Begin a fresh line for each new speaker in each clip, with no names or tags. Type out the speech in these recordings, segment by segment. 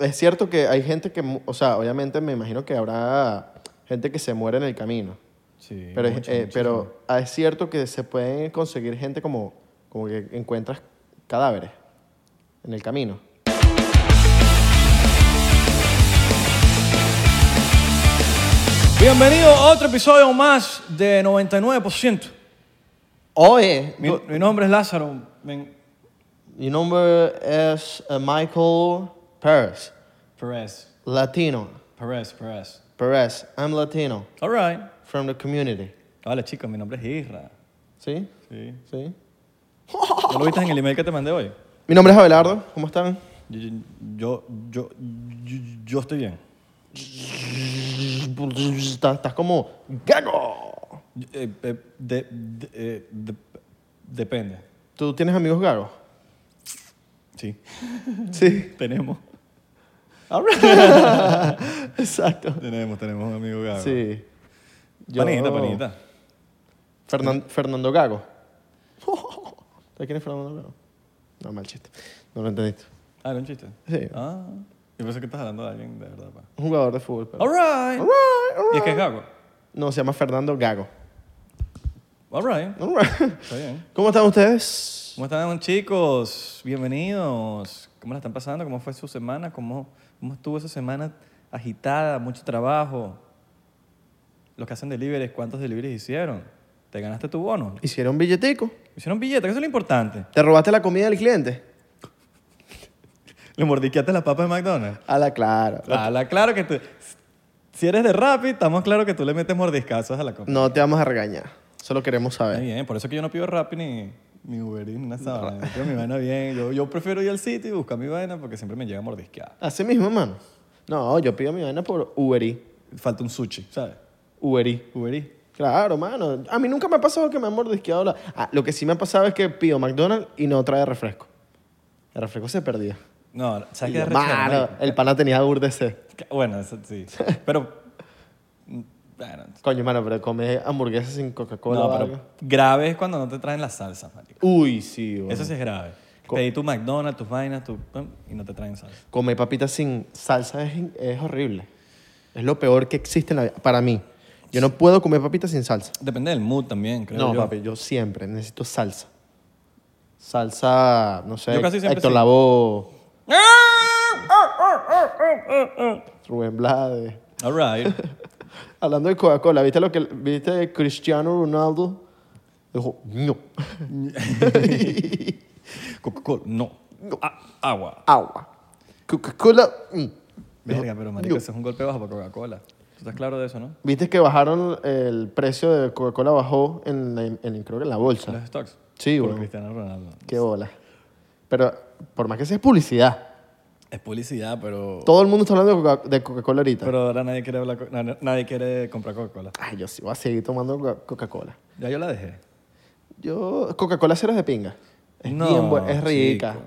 es cierto que hay gente que, mu- o sea, obviamente me imagino que habrá gente que se muere en el camino.
Sí,
Pero, es-
mucho,
eh,
muchísimo.
pero ah, es cierto que se pueden conseguir gente como, como que encuentras cadáveres en el camino.
Bienvenido a otro episodio más de 99%.
Oye,
Mi, mi nombre es Lázaro. men-
mi nombre es eh, Michael Perez,
Perez.
latino.
Perez, Perez.
Perez, I'm latino,
All right.
from the community.
Vale, chicos, mi nombre es Isra.
¿Sí?
Sí.
¿Sí?
¿No lo viste en el email que te mandé hoy?
Mi nombre es Abelardo, ¿cómo están?
Yo, yo, yo, yo, yo estoy bien.
Estás, estás como gago.
Eh, eh, de- de- eh, de- depende.
¿Tú tienes amigos gagos?
Sí.
Sí.
Tenemos.
Exacto.
Tenemos, tenemos un amigo gago.
Sí. Yo-
Panita, panita.
Fernan- Fernando Gago. ¿Sabes quién es Fernando Gago? No, mal chiste. No lo entendiste.
Ah, era un chiste.
Sí.
Ah. Yo pensé que estás hablando de alguien de verdad, pa.
Un jugador de fútbol. pero-
All right.
All right, all
Y es que es
right.
gago.
No, se llama Fernando Gago.
All right.
All right.
Está bien.
¿Cómo están ustedes?
¿Cómo están, chicos? Bienvenidos. ¿Cómo la están pasando? ¿Cómo fue su semana? ¿Cómo, cómo estuvo esa semana agitada? Mucho trabajo. Los que hacen deliveries, ¿cuántos deliveries hicieron? ¿Te ganaste tu bono?
Hicieron billetico.
Hicieron billetes, que eso es lo importante.
¿Te robaste la comida del cliente?
Le mordiqueaste las papas de McDonald's.
A Ah, la clara.
Ala, claro que tú. Si eres de Rappi, estamos claro que tú le metes mordiscazos a la comida.
No te vamos a regañar. Solo queremos
Está
saber.
bien, por eso que yo no pido Rappi ni, ni Uber Eats, ni nada. de esa vaina. Yo Quiero mi vaina bien. Yo, yo prefiero ir al sitio y buscar mi vaina porque siempre me llega mordisqueada.
Así mismo, hermano. No, yo pido mi vaina por Uber Eats.
Falta un sushi, ¿sabes?
Uber Eats.
Uber Eats.
Claro, mano. A mí nunca me ha pasado que me han mordisqueado la... Ah, lo que sí me ha pasado es que pido McDonald's y no trae refresco. El refresco se perdía.
No, ¿sabes
Y
qué
yo,
es
Mano, el pana tenía burde sed.
Bueno, eso sí. Pero. mm, bueno,
Coño, mano, pero come hamburguesas sin Coca-Cola
no,
o
pero
algo.
grave es cuando no te traen las salsas, marico.
Uy, sí, bueno.
Eso sí es grave.
Co-
Pedí tu McDonald's, tus vainas, tu, y no te traen salsa.
Comer papitas sin salsa es, es horrible. Es lo peor que existe en la vida, para mí. Yo no puedo comer papitas sin salsa.
Depende del mood también, creo
no,
yo.
papi, yo siempre necesito salsa. Salsa, no sé,
Yo casi siempre
Héctor
sí.
Lavoe, Rubén Blades.
All right.
Hablando de Coca-Cola, ¿viste lo que viste de Cristiano Ronaldo? Dijo, no.
Coca-Cola, no. A- agua.
Agua. Coca-Cola. mm.
Verga, pero marico,
No.
eso es un golpe bajo para Coca-Cola. ¿Tú estás claro de eso, no?
Viste que bajaron el precio de Coca-Cola bajó en, la, en- creo que en la bolsa.
Los stocks.
Ah. Sí,
Por
weón.
Cristiano Ronaldo.
Qué bola. Pero por más que sea es publicidad.
Es publicidad, pero...
Todo el mundo está hablando de Coca- de Coca-Cola ahorita.
Pero ahora nadie quiere, hablar co- na- na- nadie quiere comprar Coca-Cola.
Ay, yo sí voy a seguir tomando Coca- Coca-Cola.
Ya yo la dejé.
Yo, Coca-Cola cero es de pinga. Es
No,
bien buena, es rica.
chico.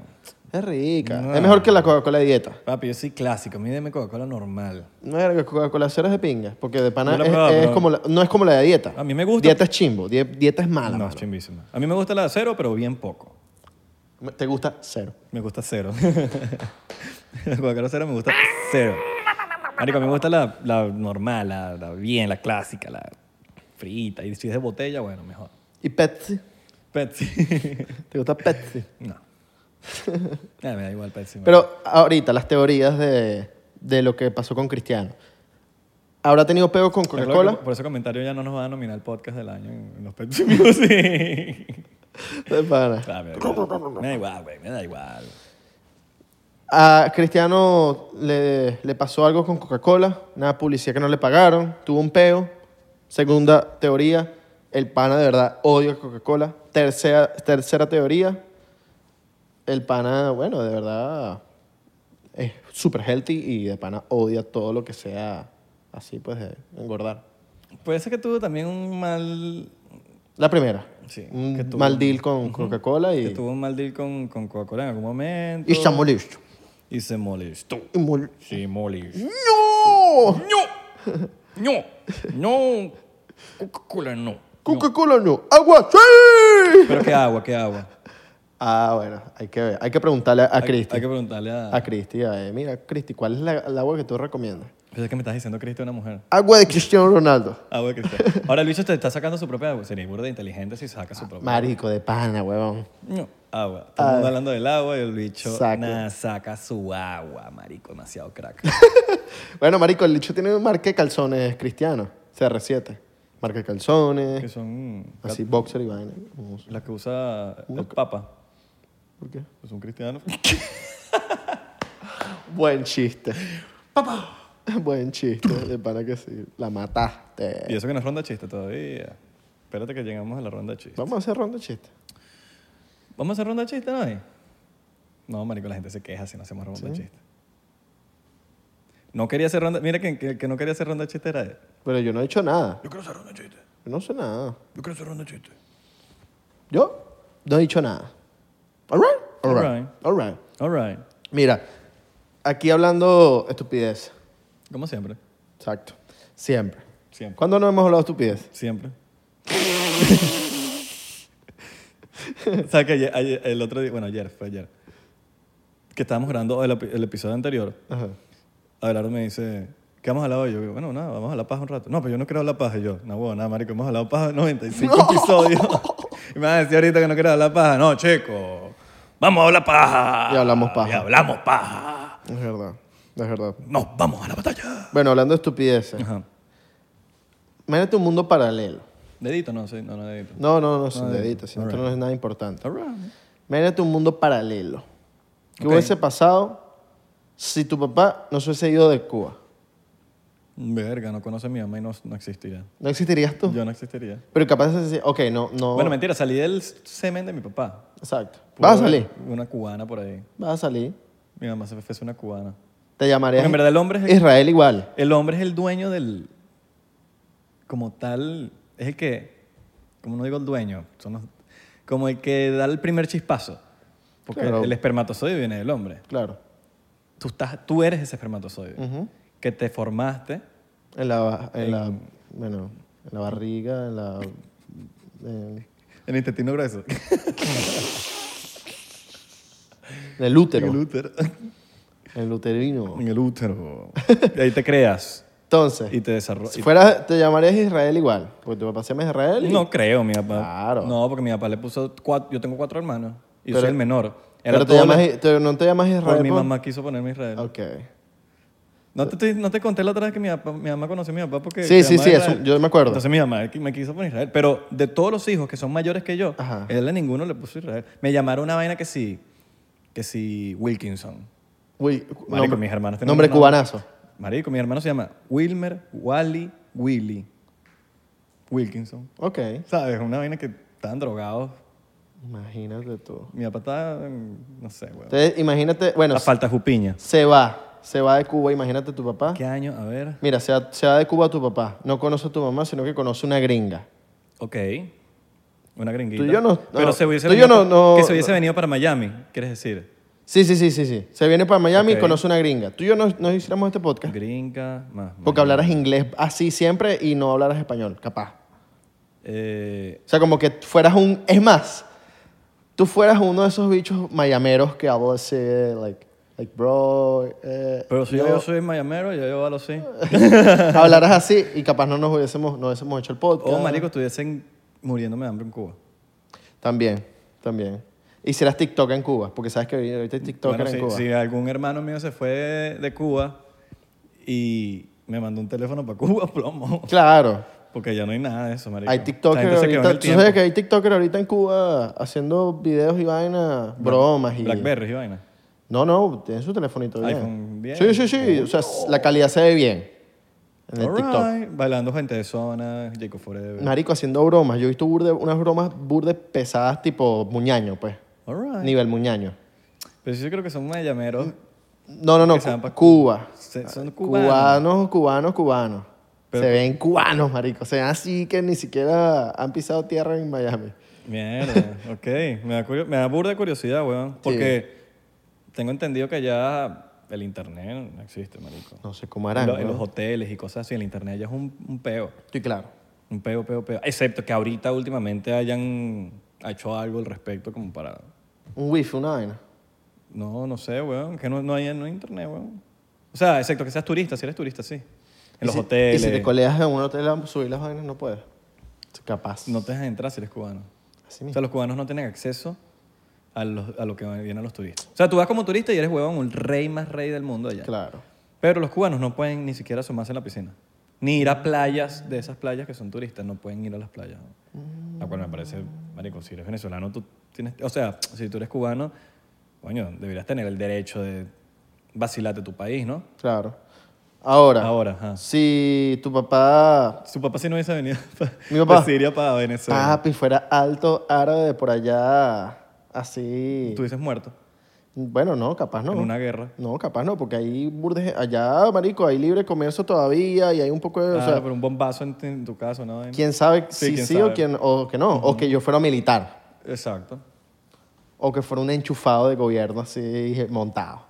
Es rica.
No.
Es mejor que la Coca-Cola de dieta.
Papi, yo soy clásico. A mí deme Coca-Cola normal.
No era Coca-Cola cero es de pinga, porque de pana
Yo la
es,
probaba,
es
pero-
como la- no es como la de dieta.
A mí me gusta.
Dieta es chimbo, die- dieta es mala.
no,
mano.
es chimbísima. A mí me gusta la de cero, pero bien poco.
Te gusta cero.
Me gusta cero. la Coca-Cola cero me gusta cero. Marico, a mí me gusta la, la normal, la, la bien, la clásica, la frita. Y si es de botella, bueno, mejor.
¿Y Pepsi?
Pepsi.
¿Te gusta Pepsi?
no. Eh, me da igual Pepsi. marico.
Pero ahorita las teorías de, de lo que pasó con Cristiano. ¿Habrá tenido pego con
Yo creo que
Coca-Cola?
Por ese comentario ya no nos va a nominar el podcast del año en los Pepsi Music.
De pana.
Ah, me da igual. Me da igual, güey, me da igual.
A Cristiano le, le pasó algo con Coca-Cola, una publicidad que no le pagaron, tuvo un peo. Segunda teoría, el pana de verdad odia a Coca-Cola. Tercera, tercera teoría, el pana, bueno, de verdad es súper healthy y de pana odia todo lo que sea así, pues, de engordar.
Puede ser que tuvo también un mal.
La primera,
Sí,
un
que tuvo-
mal deal con Coca-Cola
Que
y,
tuvo un mal deal con, con Coca-Cola en algún momento.
y está molesto.
Y se molestó.
Y mol-
Se molestó.
¡No!
¡No! ¡No! ¡No! Coca-Cola no.
Coca-Cola no, agua sí.
Pero qué agua, qué agua.
Ah, bueno, hay que ver. Hay que preguntarle a, a
Hay-
Cristi.
Hay que preguntarle a...
A Cristi, a ver, mira, Cristi, ¿cuál es la, el agua que tú recomiendas?
Pues es que me estás diciendo Cristi una mujer.
Agua de Cristiano Ronaldo.
Ah, bueno, Cristi. Ahora el bicho te está sacando su propia agua. Sería burda de inteligente si saca su propia
Marico de pana, huevón.
No, agua. Todo el
Ah.
mundo hablando del agua y el bicho
Saca.
nah, saca su agua, marico. Demasiado crack.
Bueno, marico, el dicho tiene marca de calzones cristiano. CR7. Marca de
que
calzones,
son
así, boxer y vaina. No sé.
las que usa el papa.
¿Por qué?
Es un cristiano.
Buen chiste. ¡Papá! Buen chiste, de pana que sí. La mataste.
Y eso que no es ronda de chiste todavía. Espérate que llegamos a la ronda de chiste.
Vamos a hacer ronda de chistes.
¿Vamos a hacer ronda de chiste hoy? No, marico, la gente se queja si no hacemos ronda de chiste. No quería hacer ronda... Mira, que, que, que no quería hacer ronda de chiste era él.
Pero yo no he dicho nada.
Yo quiero hacer ronda de chiste.
Yo no sé nada.
Yo quiero hacer ronda de chiste.
Yo no he dicho nada. All right. All right.
All right.
All right.
All right.
Mira, aquí hablando estupidez.
Como siempre.
Exacto. Siempre.
Siempre.
¿Cuándo no hemos hablado estupidez?
Siempre. o sea, que ayer, ayer- el otro día... Bueno, ayer, fue ayer. Que estábamos grabando el, epi- el episodio anterior.
Ajá.
Abelardo me dice, ¿qué vamos a hablar hoy? Yo digo, bueno, nada, vamos a hablar paja un rato. No, pero yo no quiero hablar paja. Y yo, no, bueno, nada, marico, hemos hablado paja 95 episodios. Y me vas a decir ahorita que no quiero hablar paja. No, chico, vamos a hablar paja.
Y hablamos paja.
Y hablamos paja.
Es verdad. Es verdad.
Nos vamos a la batalla.
Bueno, hablando de estupideces.
Ajá.
Imagínate un mundo paralelo.
Dedito, no, sí, no, no, dedito.
No, no, no,
Ah,
sin dedito. Si no, esto
alright.
no es nada importante.
All right.
Imagínate un mundo paralelo. ¿Qué
Ok.
hubiese pasado si tu papá no se hubiese ido de Cuba?
Verga, no conoce a mi mamá y no, no existiría.
¿No existirías tú?
Yo no existiría.
Pero capaz de decir, ok, no, no.
Bueno, mentira, salí del semen de mi papá.
Exacto. Vas a salir.
Una cubana por ahí.
Vas a salir.
Mi mamá se fue una cubana.
Te llamarías.
Porque en verdad el hombre es el-
Israel igual.
El hombre es el dueño del. Como tal, es el que. Como no digo el dueño, son los- como el que da el primer chispazo. Porque
Claro.
el espermatozoide viene del hombre.
Claro.
Tú, estás, tú eres ese espermatozoide. Que te formaste.
En la, en la, bueno, en la barriga, en la, en,
El intestino grueso.
en el útero,
En el
en
útero.
Oh. el uterino.
En el útero. Y ahí te creas.
Entonces,
Y te desarrollas.
si fuera, te llamarías Israel igual, porque tu papá se llama Israel. y-
No creo, mi papá.
Claro.
No, porque mi papá le puso. cuatro- yo tengo cuatro hermanos. Y yo
Pero-
soy el menor. Él a
pero te
todos
llamas,
les-
I- te- no te llamas Israel. pues.
Por mi
por-
mamá quiso ponerme Israel.
Ok.
No te, estoy- no te conté la otra vez que mi, papá- mi mamá conoció a mi papá porque...
Sí,
se
sí,
llama
sí,
Israel.
eso- yo me acuerdo.
Entonces mi mamá me quiso poner Israel. Pero de todos los hijos que son mayores que yo,
Ajá.
él a ninguno le puso Israel. Me llamaron una vaina que sí, que sí, Wilkinson.
Uy,
Marico, mis hermanos tienen
Nombre
un nombre.
cubanazo.
Marico, mi hermano se llama Wilmer, Wally, Willy, Wilkinson.
Ok.
¿Sabes? Una vaina que estaban drogados.
Imagínate tú.
Mi papá estaba, en- no sé, güey.
Entonces, imagínate, bueno,
La falta jupiña.
se va, se va de Cuba, imagínate tu papá.
¿Qué año? A ver.
Mira, se va, se va de Cuba tu papá. No conoce a tu mamá, sino que conoce una gringa.
Ok. Una gringuita.
Tú y yo no-
Pero
no.
se hubiese
Tú y yo
venido
no-
pa-
no-
que se hubiese
no.
venido para Miami, ¿quieres decir?
Sí, sí, sí, sí, sí. Se viene para Miami
Ok.
y conoce una gringa. Tú y yo no, no hiciéramos este podcast
Gringa, más.
porque
Miami.
hablaras inglés así siempre y no hablaras español, capaz.
Eh,
O sea, como que fueras un... Es más, tú fueras uno de esos bichos mayameros que habla así, like, like bro... eh,
pero si yo, soy miamero, ya yo hablo así.
hablaras así y capaz no nos hubiésemos, no hubiésemos hecho el podcast.
O Oh, marico, estuviesen muriéndome de hambre en Cuba.
También, también. Hicieras TikTok en Cuba, porque sabes que ahorita hay TikTok
Bueno,
en
si,
Cuba.
si algún hermano mío se fue de, de Cuba y me mandó un teléfono para Cuba, plomo.
Claro.
Porque ya no hay nada de eso, marico.
Hay
La
TikTokers
gente se quedó en
ahorita.
el
¿Tú sabes que
tiempo.
hay TikTokers ahorita en Cuba haciendo videos y vainas, bromas y.
Blackberry y vaina.
No, no, tienen su telefonito bien.
iPhone 10.
Sí, sí, sí. O sea, la calidad se ve bien en el
All
TikTok.
right. Bailando gente de zona, Jacob Forever.
Marico haciendo bromas. Yo he visto burde- unas bromas burde pesadas tipo muñaño, pues.
All right.
Nivel muñaño.
Pero sí, yo creo que son mayameros.
No, no, no.
Que se van
Cu-
pa'
Cuba.
Se- son cubanos.
Cubanos, cubanos, cubanos.
Pero-
se ven cubanos, marico. Se ven así que ni siquiera han pisado tierra en Miami.
Mierda, ok. Me da, curio- me da burda de curiosidad, weón. Porque tengo entendido que allá el internet no existe, marico.
No sé cómo harán.
Lo- en
¿no?
los hoteles y cosas así, el internet ya es un, un peo.
Estoy claro.
Un peo, peo, peo. Excepto que ahorita últimamente hayan hecho algo al respecto como para
Un wifi, una vaina.
No, no sé, weón. Que no, no, hay, no hay internet, weón. O sea, excepto que seas turista. Si eres turista, sí. En
Y
los
si-
hoteles.
Y si te coleas en un hotel a subir las vainas, no puedes. Capaz.
No te dejan entrar si eres cubano.
Así
O
mismo.
sea, los cubanos no tienen acceso a, los- a lo que vienen los turistas. O sea, tú vas como turista y eres huevón, el rey más rey del mundo allá.
Claro.
Pero los cubanos no pueden ni siquiera asomarse en la piscina. Ni ir a playas de esas playas que son turistas. No pueden ir a las playas.
Mm.
La cual me parece, marico, si eres venezolano, tú tienes... O sea, si tú eres cubano, coño, deberías tener el derecho de vacilarte tu país, ¿no?
Claro. Ahora,
Ahora, ajá.
si tu papá,
Su papá si no hubiese venido pa-
Mi papá. Ah,
de Siria para Venezuela.
papi, pues, fuera alto árabe de por allá, así.
Tú dices muerto
Bueno, no, capaz no.
en una guerra.
No, capaz no, porque ahí burdes, allá, marico, hay libre comercio todavía y hay un poco de. o
Ah,
sea,
por un bombazo en, en tu caso, ¿no? En-
quién sabe
Sí,
si
quién
sí
sabe.
o quién o que no, o que yo fuera militar
Exacto.
o que fuera un enchufado de gobierno así montado.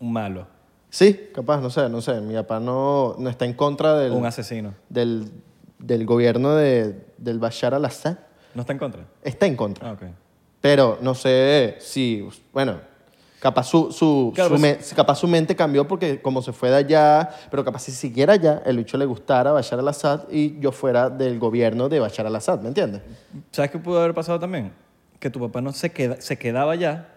Un malo.
Sí, capaz, no sé, no sé. Mi papá no, no está en contra del,
Un asesino.
del, del gobierno de, del Bashar al-Assad.
¿No está en contra?
Está en contra.
Ah, ok.
Pero no sé si, bueno, capaz su, su,
Claro,
su
pues-
me- capaz su mente cambió porque como se fue de allá, pero capaz si siguiera allá, el bicho le gustara Bashar al-Assad y yo fuera del gobierno de Bashar al-Assad, ¿me entiendes?
¿Sabes qué pudo haber pasado también? Que tu papá no se, queda, se quedaba allá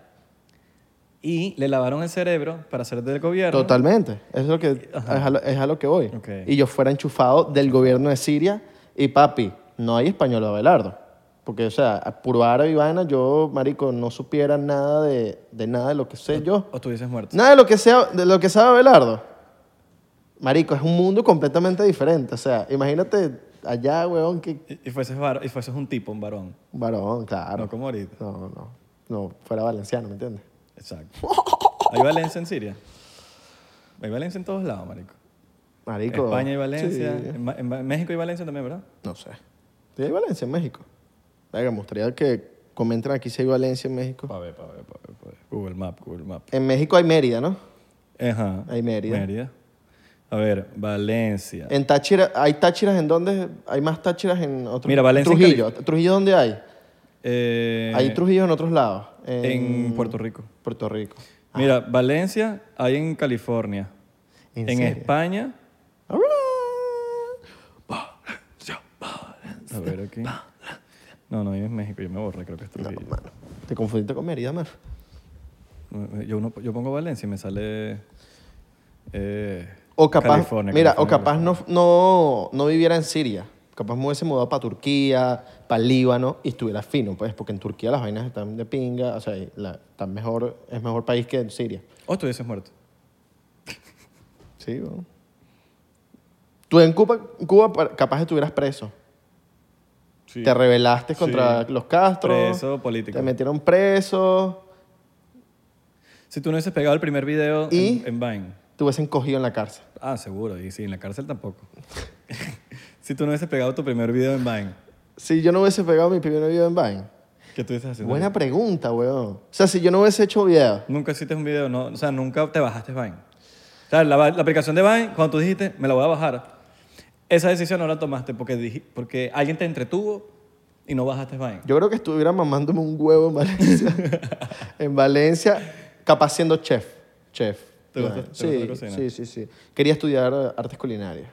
y le lavaron el cerebro para hacer del gobierno.
Totalmente. Es, lo que, es, a lo, es a lo que voy.
Ok.
Y yo fuera enchufado del gobierno de Siria y papi, no hay español Abelardo. Porque, o sea, a puro árabe y vaina, yo, marico, no supiera nada de, de nada de lo que sé yo.
O estuvieses muerto.
Nada de lo que sea, de lo que sabe Abelardo. Marico, es un mundo completamente diferente. O sea, imagínate allá, weón, que
Y, y fueses varo- y fueses un tipo, un varón.
varón, claro.
No como ahorita.
No, no, no, fuera valenciano, ¿me entiendes?
Exacto. Hay violencia en Siria. Hay violencia en todos lados, marico.
Marico.
España y
sí.
Valencia. En Ma- en Ma- México y Valencia también, ¿verdad?
No sé. ¿Sí hay Valencia en México? Venga, me gustaría que comenten aquí si hay Valencia en México.
Pa' ver, pa' ver, pa' ver, pa' ver. Google Map, Google Map.
En México hay Mérida, ¿no?
Ajá.
Hay Mérida.
A ver, Valencia.
En Táchira, ¿hay Táchiras en dónde? ¿Hay más Táchiras en otros?
Mira, Valencia en
Trujillo. ¿Trujillo dónde hay?
Eh,
hay Trujillo en otros lados.
en Puerto Rico.
Puerto Rico.
Mira, Valencia hay en California.
¿En
En,
serio?
España.
All right.
A ver aquí. No, no, yo en México, yo me borré, creo que es Trujillo.
Mano, te confundiste con Mérida, man.
yo, uno- yo pongo Valencia y me sale. eh,
O capaz,
California,
mira,
California,
o capaz no, no, no viviera en Siria. Capaz me hubiese mudado para Turquía, para Líbano y estuviera fino, pues, porque en Turquía las vainas están de pinga, o sea, y la, están mejor, es mejor país que en Siria.
California. O estuvieses muerto.
Sí, weón. Tú en Cuba, Cuba pa- capaz estuvieras preso.
Sí.
Te rebelaste contra
Sí.
los Castro.
Preso político.
Te metieron preso.
Si tú no hubieses pegado el primer video
¿Y?
en, en Vine.
Te hubiesen cogido en la cárcel.
Ah, seguro, y sí, en la cárcel tampoco. si tú no hubieses pegado tu primer video en Vine,
Si yo no hubiese pegado mi primer video en Vine.
¿qué tú haciendo?
Buena pregunta, weón. O sea, si yo no hubiese hecho video.
Nunca hiciste un video, no, o sea, nunca te bajaste Vine. O sea, la, va- la aplicación de Vine, cuando tú dijiste, me la voy a bajar, esa decisión no la tomaste porque, dij- porque alguien te entretuvo y no bajaste Vine.
Yo creo que estuviera mamándome un huevo en Valencia. en Valencia, capaz siendo chef. Chef.
¿Te gusta- te gusta la
sí,
cocina?
sí, sí, sí. Quería estudiar eh, artes culinarias.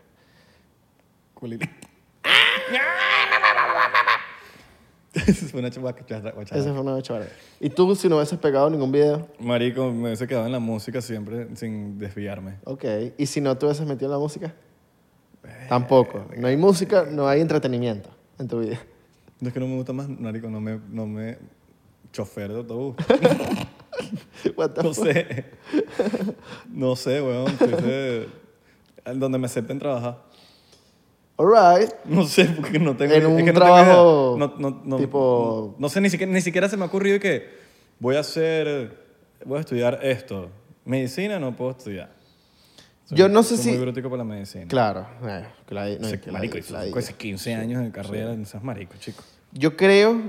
Culito. Fue una chupa- guachacha.
Esa fue una de chaval. ¿Y tú si no hubieses pegado ningún video?
Marico, me hubiese quedado en la música siempre sin desviarme.
Ok. ¿Y si no te hubieses metido en la música? Tampoco. No hay música, no hay entretenimiento en tu vida.
No es que no me gusta más, marico, no me, no me chofer de autobús.
What the
No
fuck?
sé. No sé, weón. Estuviese- Donde me acepten trabajar.
All right.
No sé, porque no tengo
En
es
un
que no tengo
trabajo
idea. No- no- no-
tipo-
No, no sé, ni siquiera, ni siquiera se me ha ocurrido que voy a hacer... Voy a estudiar esto. Medicina no puedo estudiar. Soy-
Yo no sé
soy
si-
muy brutico para la medicina.
Claro. Eh, que la- no,
O sea,
que la-
marico,
la-
hice 15 años de carrera en esas marico, chico.
Yo creo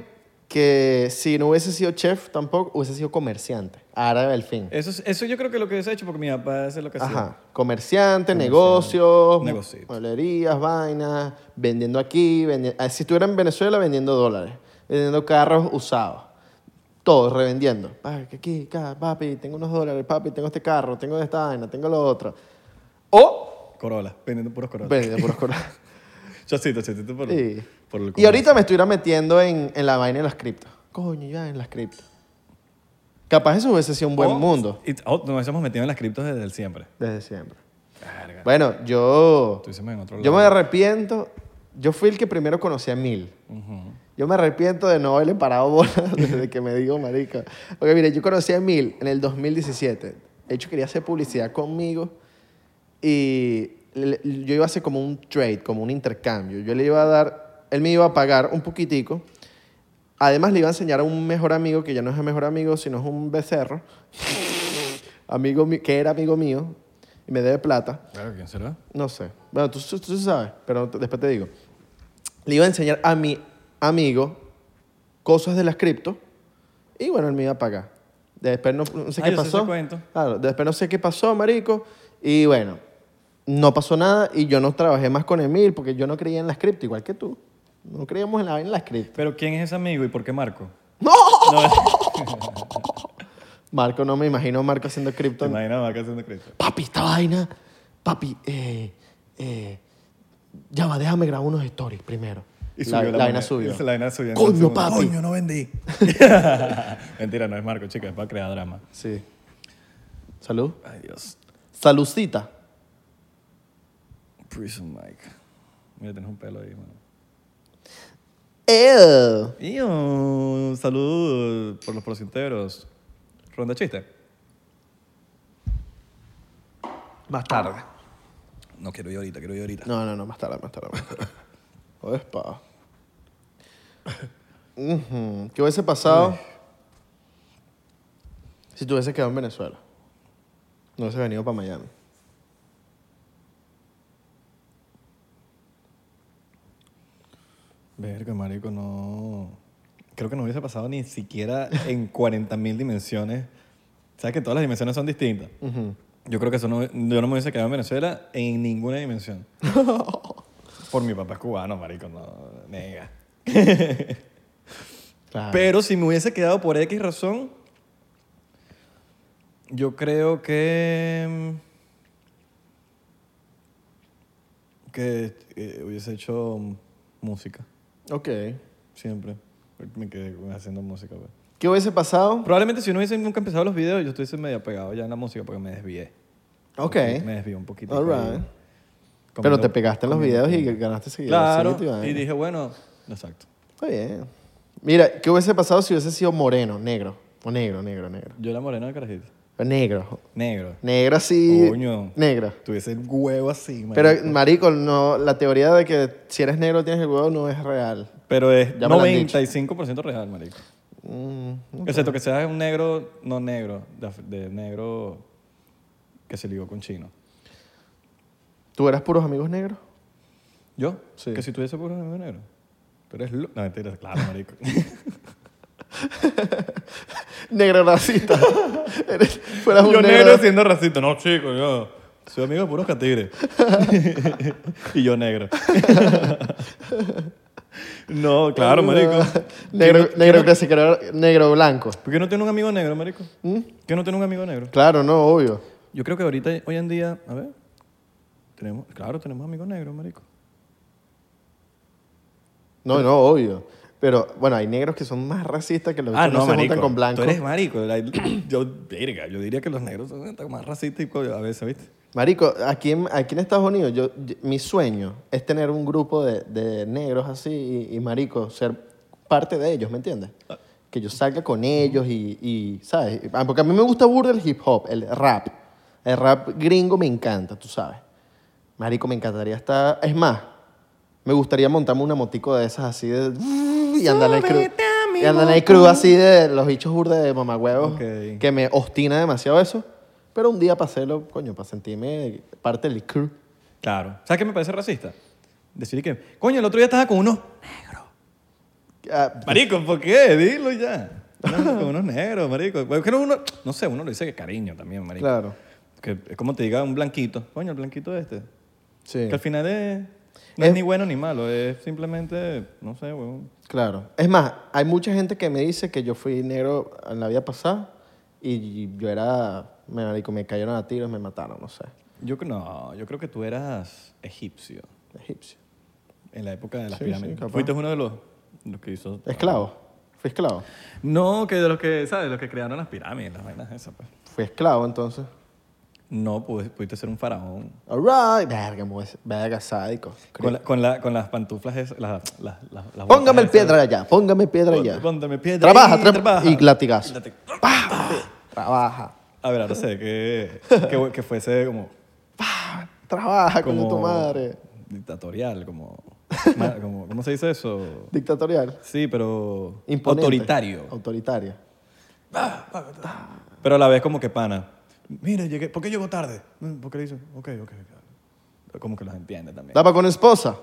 que si no hubiese sido chef tampoco, hubiese sido comerciante. Árabe al fin.
Eso, es- eso yo creo que es lo que hubiese hecho porque mi papá es lo que hacía.
Ajá. Comerciante, negocios,
pues Negocito.
mueblerías, vainas, eh, vendiendo aquí, vendi- ah, si estuviera en Venezuela vendiendo dólares, vendiendo carros usados. Todos revendiendo. Pa, que aquí, acá, papi, tengo unos dólares, papi, tengo este carro, tengo esta vaina, tengo lo otro. O
Corolla, vendiendo puros Corolla.
vendiendo puros Corolla.
Chocito, chocito por,
Sí.
por el
Y ahorita me estuviera metiendo en, en la vaina de las criptos. Coño, ya en las criptos. Capaz eso hubiese sido un buen
Oh,
mundo
y- oh, nos hemos metido en las criptos desde el siempre.
desde siempre.
Verga.
Bueno, yo,
Estuviésemos en otro
yo me
lado.
arrepiento. Yo fui el que primero conocí a Mil.
Ujú.
Yo me arrepiento de no haberle parado bola desde que me digo marica. Porque mire, yo conocí a Mil en el 2017. De hecho, quería hacer publicidad conmigo y le- yo iba a hacer como un trade, como un intercambio. Yo le iba a dar, él me iba a pagar un poquitico. Además, le iba a enseñar a un mejor amigo, que ya no es el mejor amigo, sino es un becerro, amigo mi- que era amigo mío y me debe plata.
Claro, ¿quién será?
No sé. Bueno, tú, tú, tú sabes, pero te- después te digo. Le iba a enseñar a mi amigo cosas de las cripto y bueno, él me iba a pagar. Después no, no sé
Ah,
qué
yo sé ese
pasó.
cuento.
Claro, después no sé qué pasó, marico. Y bueno, no pasó nada y yo no trabajé más con Emil porque yo no creía en las cripto, igual que tú. No creíamos en, la, en las cripto.
Pero ¿quién es ese amigo y por qué Marco?
¡No! Marco, no me imagino a Marco haciendo
Te
cripto.
imaginas Marco haciendo cripto.
papi, esta vaina, papi, eh, eh, ya va, déjame grabar unos stories primero.
Y
la,
subió
la
la,
vaina
moneda.
subió.
La vaina subió. en
Coño,
un segundo.
papi.
Coño, no vendí. Mentira, no es Marco, chicas. Va a crear drama.
Sí. Salud.
Ay, Dios.
Salucita.
Prison Mike. Mira, tienes un pelo ahí, mano.
Ew.
Y un saludo por los procinteros. Ronda chiste.
Más tarde.
No quiero ir ahorita, quiero ir ahorita.
No, no, no, más tarde, más tarde. Más tarde. Joder, pa. Ujú. ¿Qué hubiese pasado si tú hubieses quedado en Venezuela? No hubiese venido para Miami.
Verga, marico, no. Creo que no hubiese pasado ni siquiera en 40.000 dimensiones. Sabes que todas las dimensiones son distintas.
Ujú.
Yo creo que eso no, yo no me hubiese quedado en Venezuela en ninguna dimensión. Por mi papá es cubano, marico, no, nega.
Claro.
Pero si me hubiese quedado por X razón, yo creo que. que eh, hubiese hecho mm, música,
Ok.
siempre. Me quedé haciendo música. pues.
¿Qué hubiese pasado?
Probablemente si no hubiese nunca empezado los videos, yo estuviese medio pegado ya en la música porque me desvié.
Ok.
Me desvié un poquito.
All
ahí.
right. Pero
Comiendo-
te pegaste en los
comiendo
videos y
comiendo.
ganaste seguidores.
Claro.
sí, te iba a-
Y dije, bueno, exacto.
Está bien. Mira, ¿qué hubiese pasado si hubiese sido moreno, negro? O negro, negro, negro.
Yo era moreno de carajito.
O negro.
Negro.
Negro así.
Coño.
Negro.
Tuviese el huevo así, man.
Pero, marico, no, la teoría de que si eres negro tienes el huevo no es real.
Pero es
Ya me lo han dicho.
95% real, marico.
Mm,
Excepto que seas un negro, no negro, de, af- de negro que se ligó con chino.
¿Tú eras puros amigos negros?
¿Yo?
Sí.
Que si tuviese puro amigo negro. Tú eres lo... No, mentira, claro, marico.
Negro racista. Eres- fueras un
yo
negro.
negro siendo racista. No, chico, yo soy amigo de puros catires. y yo negro. no, claro, marico.
negro,
¿Quién no-
negro,
quién no-
clásico, negro blanco.
¿Por qué no tiene un amigo negro, marico?
¿Mm?
¿Qué no tiene un amigo negro?
Claro, no, obvio.
Yo creo que ahorita, hoy en día, a ver, tenemos, claro, tenemos amigos negros, marico.
No, no, obvio. Pero bueno, hay negros que son más racistas que los que no, se juntan con blancos.
Ah, Tú eres marico. La- yo, verga, yo diría que los negros son hasta más racistas y coño, a veces, ¿viste?
Marico, aquí en, aquí en Estados Unidos, yo, yo- mi sueño es tener un grupo de, de negros así y, y, marico, ser parte de ellos, ¿me entiendes? Que yo salga con ellos y, y, ¿sabes? Ah, Porque a mí me gusta burda el hip hop, el rap. El rap gringo me encanta, tú sabes. Marico, me encantaría estar... Es más, me gustaría montarme una motico de esas así de... Y andar en el crew.
Súbete a mi
Y andar en el crew así de los bichos burda de mamagüevos.
Ok.
Que me ostina demasiado eso. Pero un día para hacerlo, coño, para sentirme parte del crew.
Claro. ¿Sabes qué me parece racista? Decir que, coño, el otro día estaba con unos negros.
Ah,
Marico, ¿por qué? Dilo ya. No, con unos negros, marico. Bueno, que no, uno, no sé, uno lo dice que cariño también, marico.
claro.
Que es como te diga un blanquito. Coño, el blanquito este.
Sí.
Que al final es, no es,
Es-
ni bueno ni malo, es simplemente, no sé, huevón.
Claro. Es más, hay mucha gente que me dice que yo fui negro en la vida pasada y yo era, me, marico, me cayeron a tiros, me mataron, no sé,
Yo cre- no, yo creo que tú eras egipcio
egipcio.
en la época de las
Sí, sí,
pirámides.
capaz.
Fuiste uno de los, los que hizo.
Esclavo. Fui esclavo.
No, que de los que, ¿sabes? Los que crearon las pirámides, las vainas esas, pues.
Fui esclavo entonces.
No, pues, pudiste ser un faraón.
All right. Verga, me voy a- verga, sádico.
Con, la- con la- con las pantuflas esas, las, las, las- las botas
Póngame el
esas.
piedra allá, póngame piedra allá.
Póngame piedra
Trabaja,
ahí,
tra-
trabaja.
y latigazo.
Y lati-
Trabaja.
A ver, ahora sé que, que, que fuese como...
Trabaja Ah, con
como
tu madre.
Dictatorial, como, ma- como... ¿Cómo se dice eso?
Dictatorial.
Sí, pero...
Imponente.
Autoritario.
Autoritario.
Pero a la vez como que pana. Mira, llegué... ¿Por qué llegó tarde? Mm, Porque le dicen, ok, ok, ok. Como que los entiende también.
¿Daba con esposa?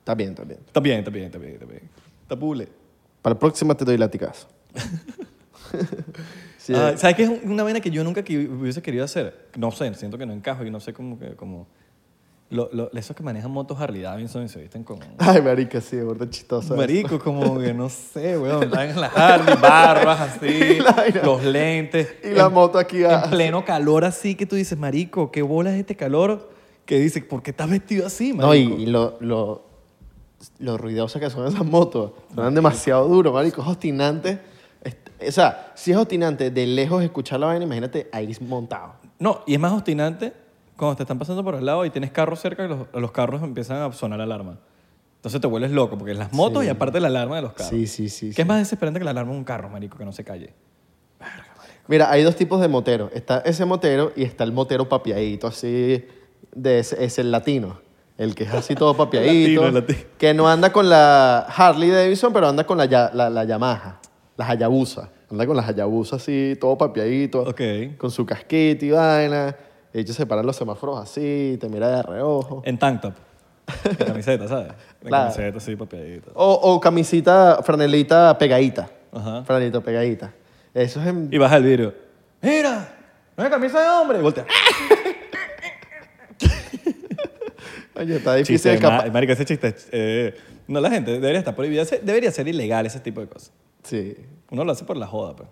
Está bien, está bien.
Está bien, está bien, está bien, está bien. Está pule.
Para la próxima te doy latigazo. Sí.
Ah, ¿Sabes qué es una vaina que yo nunca que- hubiese querido hacer? No sé, siento que no encajo y no sé cómo que... Como, lo- lo- esos que manejan motos Harley Davidson y se visten con...
Ay, marica, sí, gordo chistoso.
Marico, como que no sé, weón. Están en las Harley, barbas así, los lentes.
Y la
en-
moto aquí
En
ah,
pleno calor así que tú dices, marico, qué bola es este calor. Que dices, ¿por qué estás vestido así, em, marico?
No, y, y lo, lo, lo ruidosas que son esas motos. Suenan demasiado duro, marico. Es obstinante. Est- O sea, si es obstinante de lejos escuchar la vaina, imagínate ahí montado.
No, y es más obstinante cuando te están pasando por el lado y tienes carros cerca y los, los carros empiezan a sonar alarma. Entonces te vuelves loco porque las motos y aparte la alarma de los carros.
Sí, sí, sí.
¿Qué
sí.
es más desesperante que la alarma de un carro, marico, que no se calle?
Mira, hay dos tipos de moteros. Está ese motero y está el motero papiadito, así, de ese, es el latino. El que es así todo papiadito.
Latino, el latino.
Que no anda con la Harley Davidson, pero anda con la, Ya- la, la Yamaha, las Hayabusa. Anda con las Hayabusa así, todo papiadito.
Ok.
Con su casquito y vaina. Y ellos se paran los semáforos así, te mira de reojo.
En tank top. En camiseta, ¿sabes? En
Claro.
camiseta, así, papiadita.
O, o camisita, franelita pegadita.
Ajá.
Franelita pegadita. Eso es en...
Y baja el vidrio. Ah, ¡Mira! ¡No es camisa de hombre! Y voltea.
Oye, está difícil
Chiste,
escapar.
ma- marica, ese chiste. eh, no, la gente debería estar prohibida. Se- Debería ser ilegal ese tipo de cosas.
Sí.
Uno lo hace por la joda, pues.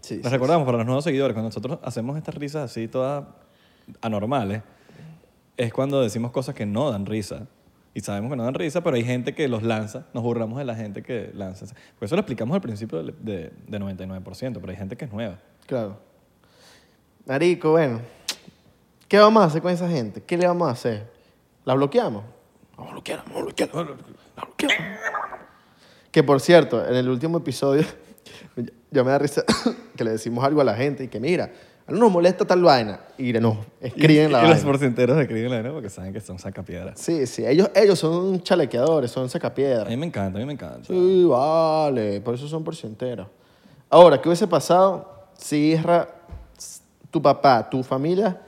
Sí,
Les
sí.
recordamos para los nuevos seguidores, cuando nosotros hacemos estas risas así todas anormales, es cuando decimos cosas que no dan risa. Y sabemos que no dan risa, pero hay gente que los lanza. Nos burlamos de la gente que lanza. Por eso lo explicamos al principio de, de- de 99%, pero hay gente que es nueva.
Claro. Marico, bueno. ¿Qué vamos a hacer con esa gente? ¿Qué le vamos a hacer? ¿La bloqueamos? La bloqueamos, la bloqueamos, la bloqueamos. Que por cierto, en el último episodio, yo- yo me da risa que le decimos algo a la gente y que mira, a no nos molesta tal vaina. Y nos escriben
y,
la
y los
vaina.
porcenteros escriben la vaina porque saben que son sacapiedras.
Sí, sí, ellos, ellos son chalequeadores, son
A
sacapiedras.
mí me encanta, a mí me encanta.
Sí, vale, por eso son porcenteros. Ahora, ¿qué hubiese pasado si Isra, s- tu papá, tu familia,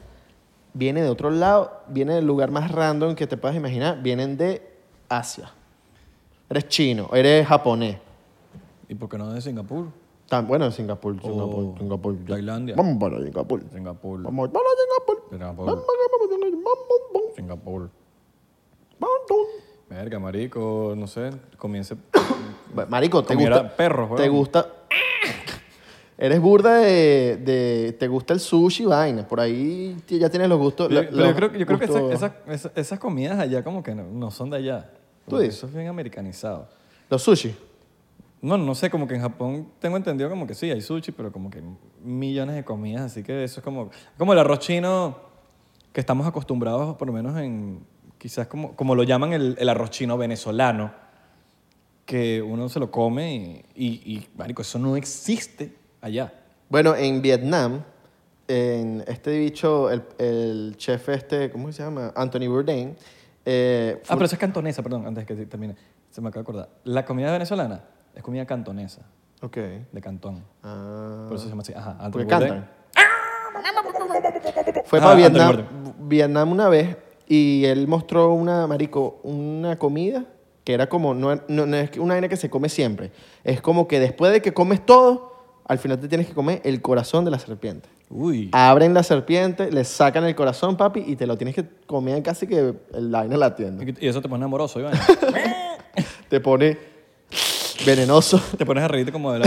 viene de otro lado, viene del lugar más random que te puedas imaginar, vienen de Asia? Eres chino, eres japonés.
¿Y por qué no de Singapur?
Tan, bueno, Singapur, Singapur, Singapur.
Tailandia.
Vamos para Singapur.
Singapur.
Vamos para Singapur. Vamos
Singapur.
para Singapur. Vamos,
Singapur.
vamos, vamos.
Verga, marico, no sé, comience...
Ba- Marico, te
Comiera
gusta.
perros,
Te
weón.
gusta. Eres burda de, de- Te gusta el sushi y vaina. Por ahí ti- ya tienes los gustos.
Pero,
la-
pero yo
los
creo, que- yo creo que
gustos-
esas, esas- esas- esas comidas allá como que no, no son de allá.
¿Tú
Como que
dices?
Eso es bien americanizado.
Los sushi.
No, no sé, como que en Japón tengo entendido como que sí, hay sushi, pero como que millones de comidas, así que eso es como, como el arroz chino que estamos acostumbrados, por lo menos en, quizás como, como lo llaman el, el arroz chino venezolano, que uno se lo come y, y, y, marico, eso no existe allá. Ah,
Bueno, en Vietnam, en este bicho, el, el chef este, ¿cómo se llama? Anthony Bourdain. eh,
Ah,
fue-
pero eso es cantonesa, perdón, antes que termine, se me acaba de acordar. La comida venezolana es comida cantonesa,
Ok.
de Cantón.
Ah.
Por eso se llama así. Ajá, Anthony
Porque
Bourdain.
cantan. Fue
Ah,
para
Anthony
Vietnam,
Bourdain.
Vietnam una vez y él mostró una, marico, una comida que era como, no, no- no es que- una vaina que se come siempre. Es como que después de que comes todo, al final te tienes que comer el corazón de la serpiente.
Uy.
Abren la serpiente, le sacan el corazón, papi, y te lo tienes que comer casi que el- la vaina de la tienda.
Y y eso te pone amoroso, Iván.
Te pone venenoso.
Te pones a reírte como de la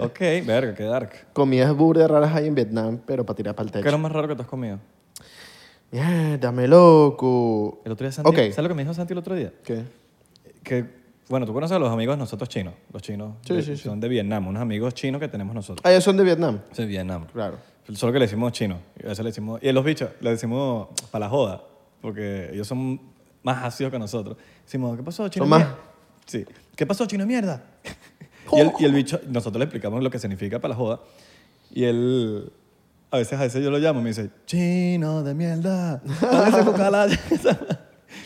Ok, verga, qué dark.
Comidas burdas raras hay en Vietnam, pero para tirar para el
¿Qué es lo
techo.
más raro que tú has comido?
Dame loco.
El otro día Santi,
Ok.
¿sabes lo que me dijo Santi el otro día?
¿Qué?
Que, bueno, tú conoces a los amigos de nosotros chinos. Los chinos
Sí,
de-
sí, sí.
son de Vietnam, unos amigos chinos que tenemos nosotros.
Ah, ellos son de Vietnam.
De Vietnam.
Claro.
Solo que le decimos chino. Y a veces le decimos... Y a los bichos le decimos para la joda. Porque ellos son más ácidos que nosotros. Decimos, ¿qué pasó, chino?
Son más-
mier-?" Sí. ¿Qué pasó, chino mierda? y, el, y el bicho... Nosotros le explicamos lo que significa para la joda. Y él... A veces, a veces yo lo llamo y me dice, chino de mierda. ¿Dónde se busca la-" Esa-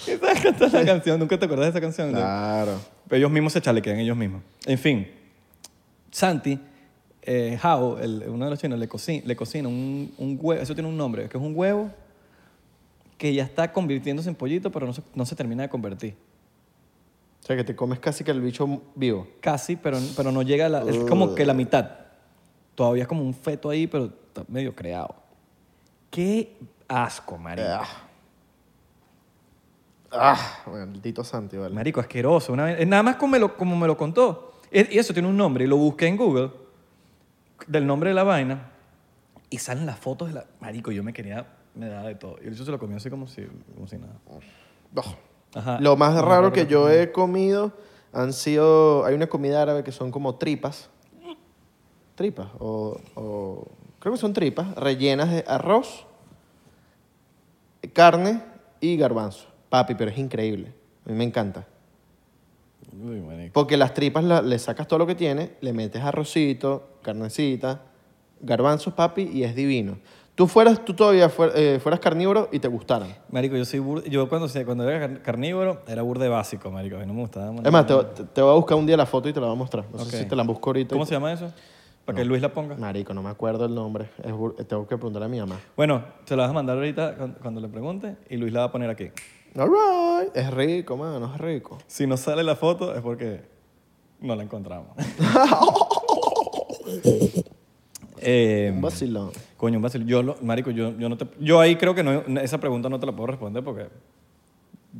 esa- esa es la canción. ¿Nunca te acuerdas de esa canción?
Claro.
Ellos mismos se chalequean ellos mismos. En fin, Santi, eh, Jao, el- uno de los chinos, le, coci- le cocina un, un huevo, eso tiene un nombre, que es un huevo que ya está convirtiéndose en pollito, pero no se, no se termina de convertir.
O sea, que te comes casi que el bicho vivo.
Casi, pero, pero no llega a la... Es como que la mitad. Todavía es como un feto ahí, pero está medio creado. Qué asco, marico.
Ah. Ah, maldito Santi, vale.
Marico, asqueroso. Una vez- nada más como me lo, como me lo contó. Es- Y eso tiene un nombre. Y lo busqué en Google, del nombre de la vaina. Y salen las fotos de la... Marico, yo me quería... Me daba de todo. Y el bicho se lo comió así como si, como si nada.
Oh.
Ajá.
Lo más
Lo
raro que yo he comido han sido. Hay una comida árabe que son como tripas. Tripas, o. o- creo que son tripas, rellenas de arroz, carne y garbanzo. Papi, pero es increíble. A mí me encanta.
Uy, marico.
Porque las tripas la- le sacas todo lo que tiene, le metes arrocito, carnecita, garbanzos, papi, y es divino. Tú, fueras, tú todavía fuer- eh, fueras carnívoro y te gustaran.
Marico, yo soy bur- Yo cuando, se- cuando era car- carnívoro era burde básico, marico. A mí no me gustaba.
Es más, te, te- te voy a buscar un día la foto y te la voy a mostrar. No
Ok.
sé si te la busco ahorita. y
¿Cómo
te-
se llama eso? Para que Luis la ponga.
Marico, no me acuerdo el nombre. Es bur- tengo que preguntarle a mi mamá.
Bueno, te la vas a mandar ahorita cuando, cuando le pregunte y Luis la va a poner aquí.
All right. Es rico, mano, es rico.
Si no sale la foto es porque no la encontramos. Eh,
Un vacilón.
coño, un vacil- Yo, lo- marico, yo, yo no te- yo ahí creo que no- no- esa pregunta no te la puedo responder porque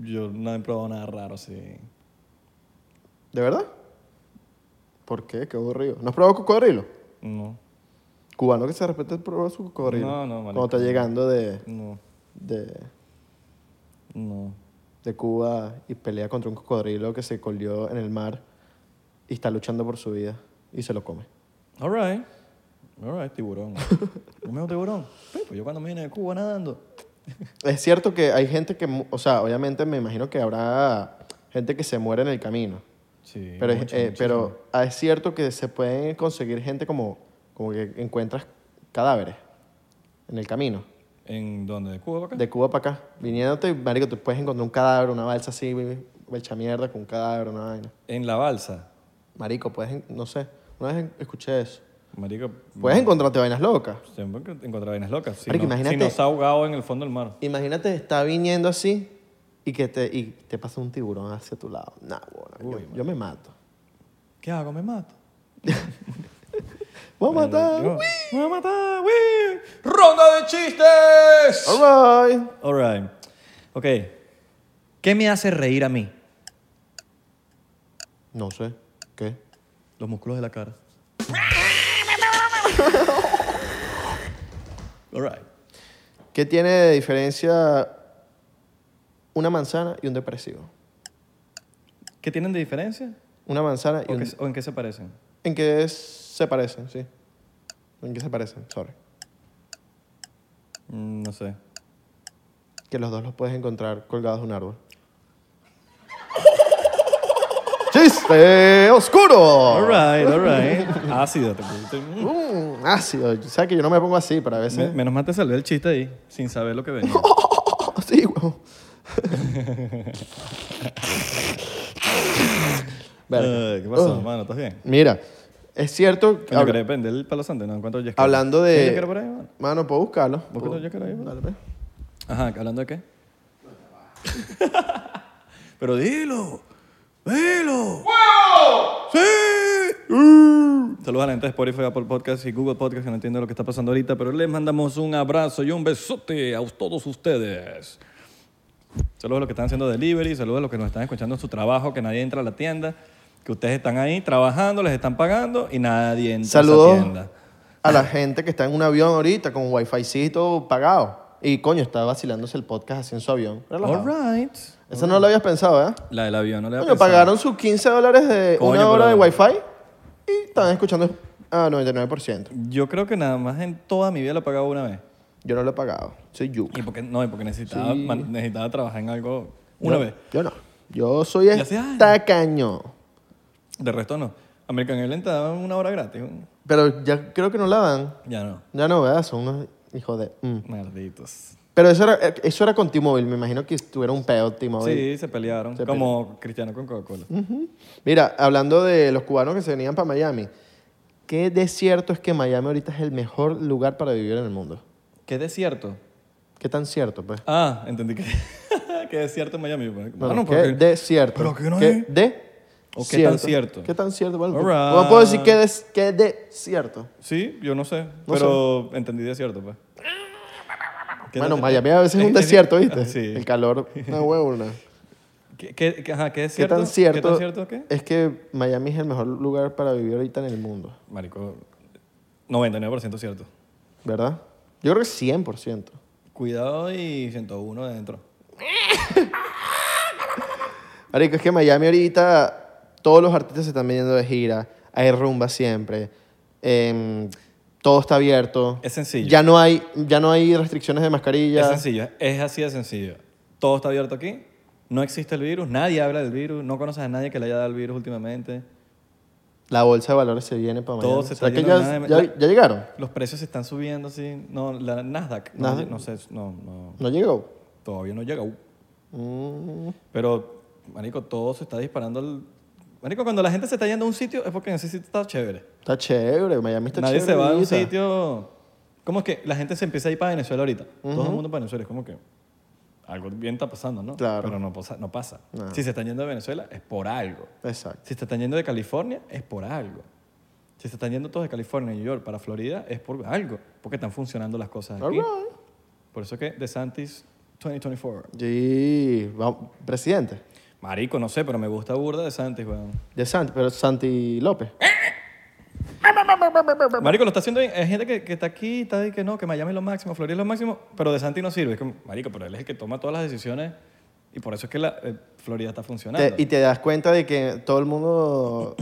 yo no he probado nada raro así.
¿De verdad? ¿Por qué? Qué aburrido. ¿No has probado cocodrilo?
No,
Cubano que se respete prueba su cocodrilo.
No, no, marico.
Cuando está llegando de,
no,
de,
no.
de Cuba y pelea contra un cocodrilo que se colió en el mar y está luchando por su vida y se lo come.
All right. All right, tiburón. ¿Un mejor tiburón? Sí, Pues yo cuando me vine de Cuba nadando.
Es cierto que hay gente que, mu- o sea, obviamente me imagino que habrá gente que se muere en el camino.
Sí,
Pero, es-
mucho,
eh,
mucho.
pero ah, es cierto que se pueden conseguir gente como, como que encuentras cadáveres en el camino.
¿En dónde? ¿De Cuba para acá?
De Cuba para acá. Viniéndote, marico, te puedes encontrar un cadáver, una balsa así, belcha mierda con un cadáver, una vaina.
En la balsa.
Marico, puedes, en- no sé, una vez en- escuché eso.
Marico,
Puedes encontrarte vainas locas.
Siempre que Pues, encontrar vainas locas. Si,
Marico,
no,
imagínate-
si no está ahogado en el fondo del mar.
Imagínate, está viniendo así y que te, y te pasa un tiburón hacia tu lado. Nah, bueno, yo- yo, me mato.
¿Qué hago? ¿Me mato?
Voy a matar.
Yo- ¡Me voy a matar! ¡Wii! ¡Ronda de chistes!
All right.
All right. Ok. ¿Qué me hace reír a mí?
No sé. ¿Qué?
Los músculos de la cara. All right.
¿Qué tiene de diferencia una manzana y un depresivo?
¿Qué tienen de diferencia?
Una manzana y
¿O,
un...
qué- o en qué se parecen?
¿En qué es- se parecen? Sí. ¿En qué se parecen? Sorry.
Mm, No sé.
Que los dos los puedes encontrar colgados de un árbol. ¡Chiste
All
oscuro!
right, all right. Ácido. te pusiste. Mm.
Mm, ácido. Sabes que yo no me pongo así, pero a
Me-
veces...
menos mal te salvé el chiste ahí, sin saber lo que venía.
Sí, huevón. Verga. Oh.
Ay, ¿Qué pasó, hermano? ¿Estás bien?
Mira, es cierto... que
Yo
habla-
quería prender el palo santo y no encuentro yesquero.
Hablando de-
¿Hay yesquero por ahí, mano?
Mano, puedo buscarlo.
Búscalo, yo quiero ir.
Dale, pues.
Ajá, ¿hablando de qué? Pero dilo. ¡Dilo! ¡Sí! Uh. Saludos a la gente de Spotify, Apple Podcast y Google Podcast que no entiendo lo que está pasando ahorita, pero les mandamos un abrazo y un besote a todos ustedes. Saludos a los que están haciendo delivery, saludos a los que nos están escuchando en su trabajo, que nadie entra a la tienda, que ustedes están ahí trabajando, les están pagando y nadie entra a esa
Saludos
tienda.
a la gente que está en un avión ahorita con wificito pagado. Y coño, está vacilándose el podcast así en su avión. Relajado.
All right.
Eso no lo habías pensado, ¿eh?
La del avión, no le había
Coño,
pensado.
pagaron sus 15 dólares de
Coño,
una hora de
pero-
wifi y están escuchando a 99%.
Yo creo que nada más en toda mi vida lo he pagado una vez.
Yo no lo he pagado. Soy you.
Y porque, no, y porque necesitaba,
Sí.
man- necesitaba trabajar en algo una
Yo-
vez.
Yo no. Yo soy
Ya hace años.
tacaño.
De resto no. American Airlines te daban una hora gratis. un-
Pero ya creo que no la dan.
Ya no.
Ya no, ¿verdad? Son unos hijos de... mm.
Malditos.
Pero eso era, eso era con T-Mobile. Me imagino que tuviera un pedo T-Mobile.
Sí, se pelearon.
Se Mm.
como Cristiano con Coca-Cola.
Mira, hablando de los cubanos que se venían para Miami, ¿qué desierto es que Miami ahorita es el mejor lugar para vivir en el mundo?
¿Qué desierto?
¿Qué tan cierto, pues?
Ah, entendí que. ¿Qué desierto en Miami? pues. Bueno,
No, no,
no,
¿qué
porque-
desierto?
pero que no
¿Qué
es-
de
¿O qué tan cierto?
¿Qué tan cierto? Bueno, pues,
All
¿cómo puedo decir
right.
qué, des- qué desierto?
Sí, yo no sé.
No
pero entendí desierto, pues. ¿Qué
Bueno,
desierto?
Miami a veces es un
Es- es-
desierto, ¿viste?
Sí.
El calor, una huevona.
¿Qué, qué, qué- ajá, ¿qué
¿Qué
desierto?
tan cierto,
¿Qué tan cierto qué?
es que Miami es el mejor lugar para vivir ahorita en el mundo?
Marico, 99% cierto.
¿Verdad? Yo creo que 100%.
Cuidado y 101 de adentro.
Marico, es que Miami ahorita todos los artistas se están viniendo de gira, hay rumba siempre, em, todo está abierto.
Es sencillo.
Ya no hay, ya no hay restricciones de
Es
mascarilla.
sencillo, es así de sencillo. Todo está abierto aquí, no existe el virus, nadie habla del virus, no conoces a nadie que le haya dado el virus últimamente.
La bolsa de valores se viene para
Todo
Miami.
se
¿Será
está
que
yendo
ya,
de-
ya- ya llegaron?
Los precios se están subiendo así. No, la Nasdaq, no,
Nasdaq.
no sé, no, no,
No llegó.
todavía no llega. Uh.
Mm,
Pero, marico, todo se está disparando. al- Marico, cuando la gente se está yendo a un sitio es porque en ese sitio está chévere.
está chévere, Miami está
Nadie
chévere.
se va a un
ahorita.
sitio. ¿Cómo es que la gente se empieza a ir para Venezuela ahorita? Todo el mundo para Venezuela. Es como que algo bien está pasando, ¿no?
Claro.
Pero no pasa. No pasa.
No.
Si se están yendo de Venezuela, es por algo.
Exacto.
Si se están yendo de California, es por algo. Si se están yendo todos de California, New York, para Florida, es por algo. Porque están funcionando las cosas
All
aquí.
right.
Por eso que DeSantis 2024.
Sí, vamos, presidente.
Marico, no sé, pero me gusta burda DeSantis, weón.
De Santi, pero Santi López.
Marico, lo está haciendo bien. Hay gente que, que está aquí, está ahí que no, que Miami es lo máximo, Florida es lo máximo, pero De Santi no sirve. Es como, Marico, pero él es el que toma todas las decisiones y por eso es que la, eh, Florida está funcionando.
Te- y te das cuenta de que todo el mundo.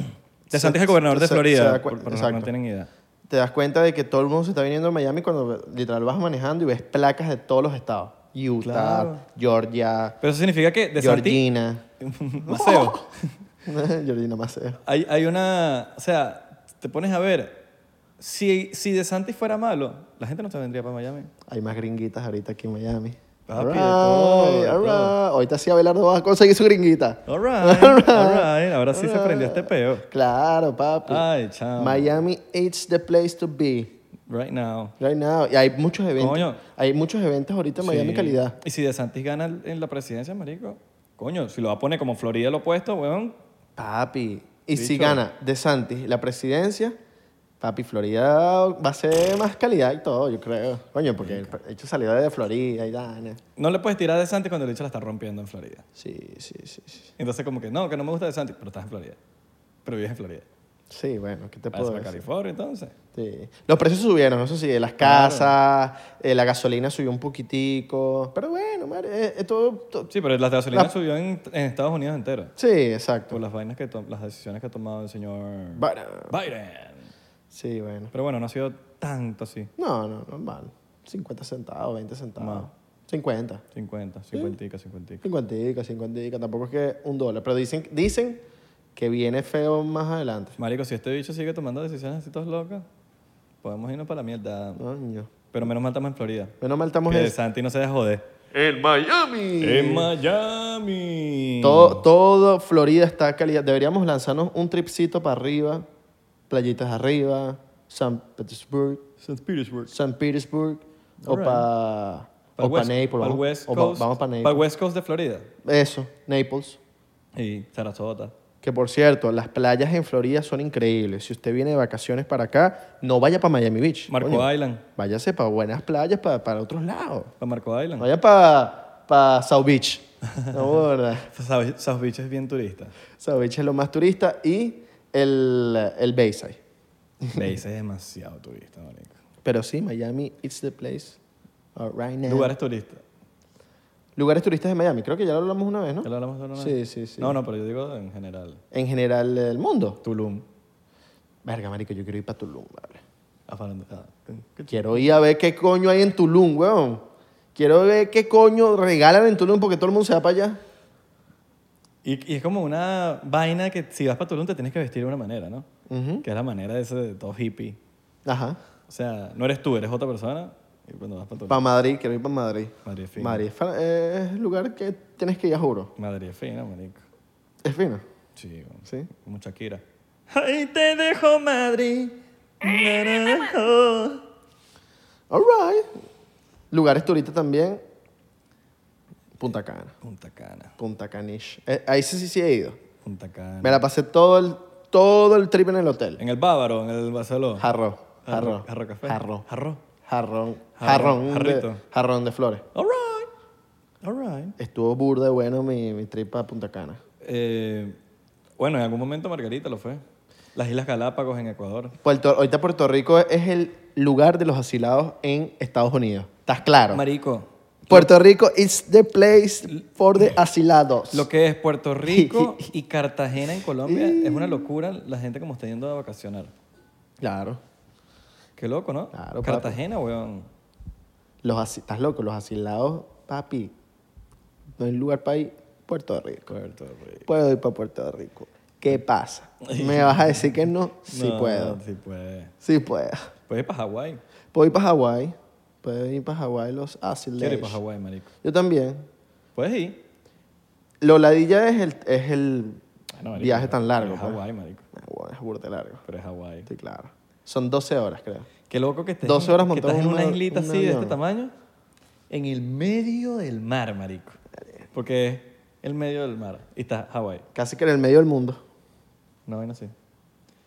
de Santi es el gobernador de
se- se
Florida,
da cu-
por- por los que
exacto.
no tienen idea.
Te das cuenta de que todo el mundo se está viniendo a Miami cuando literal vas manejando y ves placas de todos los estados: Utah,
Claro.
Georgia,
Pero eso significa que De Santi...
Georgina.
Maceo.
Georgina eh. Maceo.
Hay, hay una... O sea, te pones a ver, si, si De Santi fuera malo, la gente no se vendría para Miami.
Hay más gringuitas ahorita aquí en Miami.
Papi, de todo, de
all right.
todo.
Ahorita sí Abelardo va a conseguir su gringuita.
All right, all right. Ahora sí se prendió este peo.
Claro, papi.
Ay, chao.
Miami it's the place to be
Right now.
right now. Y hay muchos eventos.
Coño.
Hay muchos eventos ahorita en Miami
Sí.
calidad.
Y si De Santis gana el- en la presidencia, marico, coño, si lo va a poner como Florida lo opuesto, weón,
Papi. Y si
Bicho.
gana DeSantis la presidencia, papi, Florida va a ser más calidad y todo, yo creo. Coño, porque el hecho salió de Florida y Dana.
no le puedes tirar a De Santis cuando el hecho la está rompiendo en Florida.
Sí, sí, sí, sí.
Entonces como que, no, que no me gusta De Santis, pero estás en Florida. Pero vives en Florida.
Sí, bueno, ¿qué te
Vas
puedo
para
decir?
California, entonces.
Sí. Los precios subieron, eso sí, de las casas, eh, la gasolina subió un poquitico, pero bueno, madre, eh, eh, todo, todo-
Sí, pero la gasolina
La-
subió en, en Estados Unidos entero.
Sí, exacto.
Por las vainas que to- las decisiones que ha tomado el señor
Bueno,
Biden.
sí, bueno.
Pero bueno, no ha sido tanto así.
No, no, normal. 50 centavos, 20 centavos.
Más.
50.
50, 50, 50.
50, 50, tampoco es que un dólar. Pero dicen, dicen que viene feo más adelante.
Marico, si este bicho sigue tomando decisiones así todas locas, podemos irnos para la mierda.
Coño.
Pero menos mal estamos en Florida.
Menos mal estamos
Que
en...
de Santi no se deja joder.
En Miami.
En Miami.
Todo, todo Florida está calidad. Deberíamos lanzarnos un tripcito para arriba, playitas arriba, San Petersburg,
St. Petersburg.
San Petersburg, o
Alright.
para o pa Naples.
Para
vamos-
West
o pa-
Coast.
vamos para
Para
Naples.
West Coast de Florida.
Eso, Naples.
Y Sarasota.
Que por cierto, las playas en Florida son increíbles. Si usted viene de vacaciones para acá, no vaya para Miami Beach.
Marco
coño.
Island.
Váyase para buenas playas, para, para otros lados.
Para Marco Island.
Vaya para pa South Beach. No, ¿verdad?
South South Beach es bien turista.
South Beach es lo más turista y el, el Bayside.
Base es demasiado turista, marico.
Pero sí, Miami, it's the place uh, right now.
Lugares turistas.
Lugares turistas de Miami, creo que ya lo hablamos una vez, ¿no?
¿Ya lo hablamos de una vez?
Sí, sí, sí.
No, no, pero yo digo en general.
En general del mundo.
Tulum.
Verga, marico, yo quiero ir para Tulum, vale.
Ah, falando- ah, ¿qué ch-
Quiero ir a ver qué coño hay en Tulum, weón. Quiero ver qué coño regalan en Tulum porque todo el mundo se va para allá.
Y, y es como una vaina que si vas para Tulum te tienes que vestir de una manera, ¿no?
Ujú.
Que es la manera de ese de todo hippie.
Ajá.
O sea, no eres tú, eres otra persona. Y cuando vas para Tulum.
Para Madrid, quiero ir para Madrid.
Madrid es fino.
Madrid es fa- eh, es el lugar que tienes que ir, a juro.
Madrid es fina, marico.
Es fino.
Sí, bueno.
Sí.
Como Shakira. Ahí te dejo Madrid. Na, na, na, oh.
All right. Lugares turistas también. Punta Cana.
Punta Cana.
Punta Canish. Eh, ahí sí, sí, sí he ido.
Punta Cana.
Me la pasé todo el, todo el trip en el hotel.
En el Bávaro, en el Barceló.
Jarro. Jarro.
Jarro. Jarro café.
Jarro.
Jarro.
Jarrón.
Jarrón,
Jarrón.
jarrito.
De, jarrón de flores.
All right. All right.
Estuvo burda de bueno mi, mi trip a Punta Cana.
Eh, bueno, en algún momento Margarita lo fue. Las Islas Galápagos en Ecuador.
Puerto, ahorita Puerto Rico es el lugar de los asilados en Estados Unidos. ¿Estás claro?
Marico,
Puerto Rico is the place for the asilados.
lo que es Puerto Rico y Cartagena en Colombia es una locura la gente como está yendo a vacacionar.
Claro.
Qué loco, ¿no?
Claro, papi.
Cartagena, weón.
Los asi- ¿Estás loco? Los asilados, papi. No hay lugar para ir. Puerto Rico.
Puerto Rico.
Puedo ir para Puerto Rico. ¿Qué pasa? ¿Me vas a decir que no? Sí
No,
puedo.
Sí puede.
Sí puedo.
Puedes ir para Hawái.
Puedo ir para Hawái. Puedo ir para Hawái los
Quiero ir
asilados.
para Hawái, marico.
Yo también.
Puedes ir.
Lo ladilla es el, es el
Ah, no, marico,
viaje
pero-
tan largo.
pero Es
pues.
Hawái, marico.
Ah, bueno, es burda de largo.
Pero es Hawái.
Sí, claro. Son 12 horas, creo.
Qué loco que estés,
12 horas
que
montado
estás en
en
una
una-
islita
un
así de este
avión.
tamaño, en el medio del mar, marico. Porque es el medio del mar. Y está Hawái.
Casi que en el medio del mundo.
Una vaina así.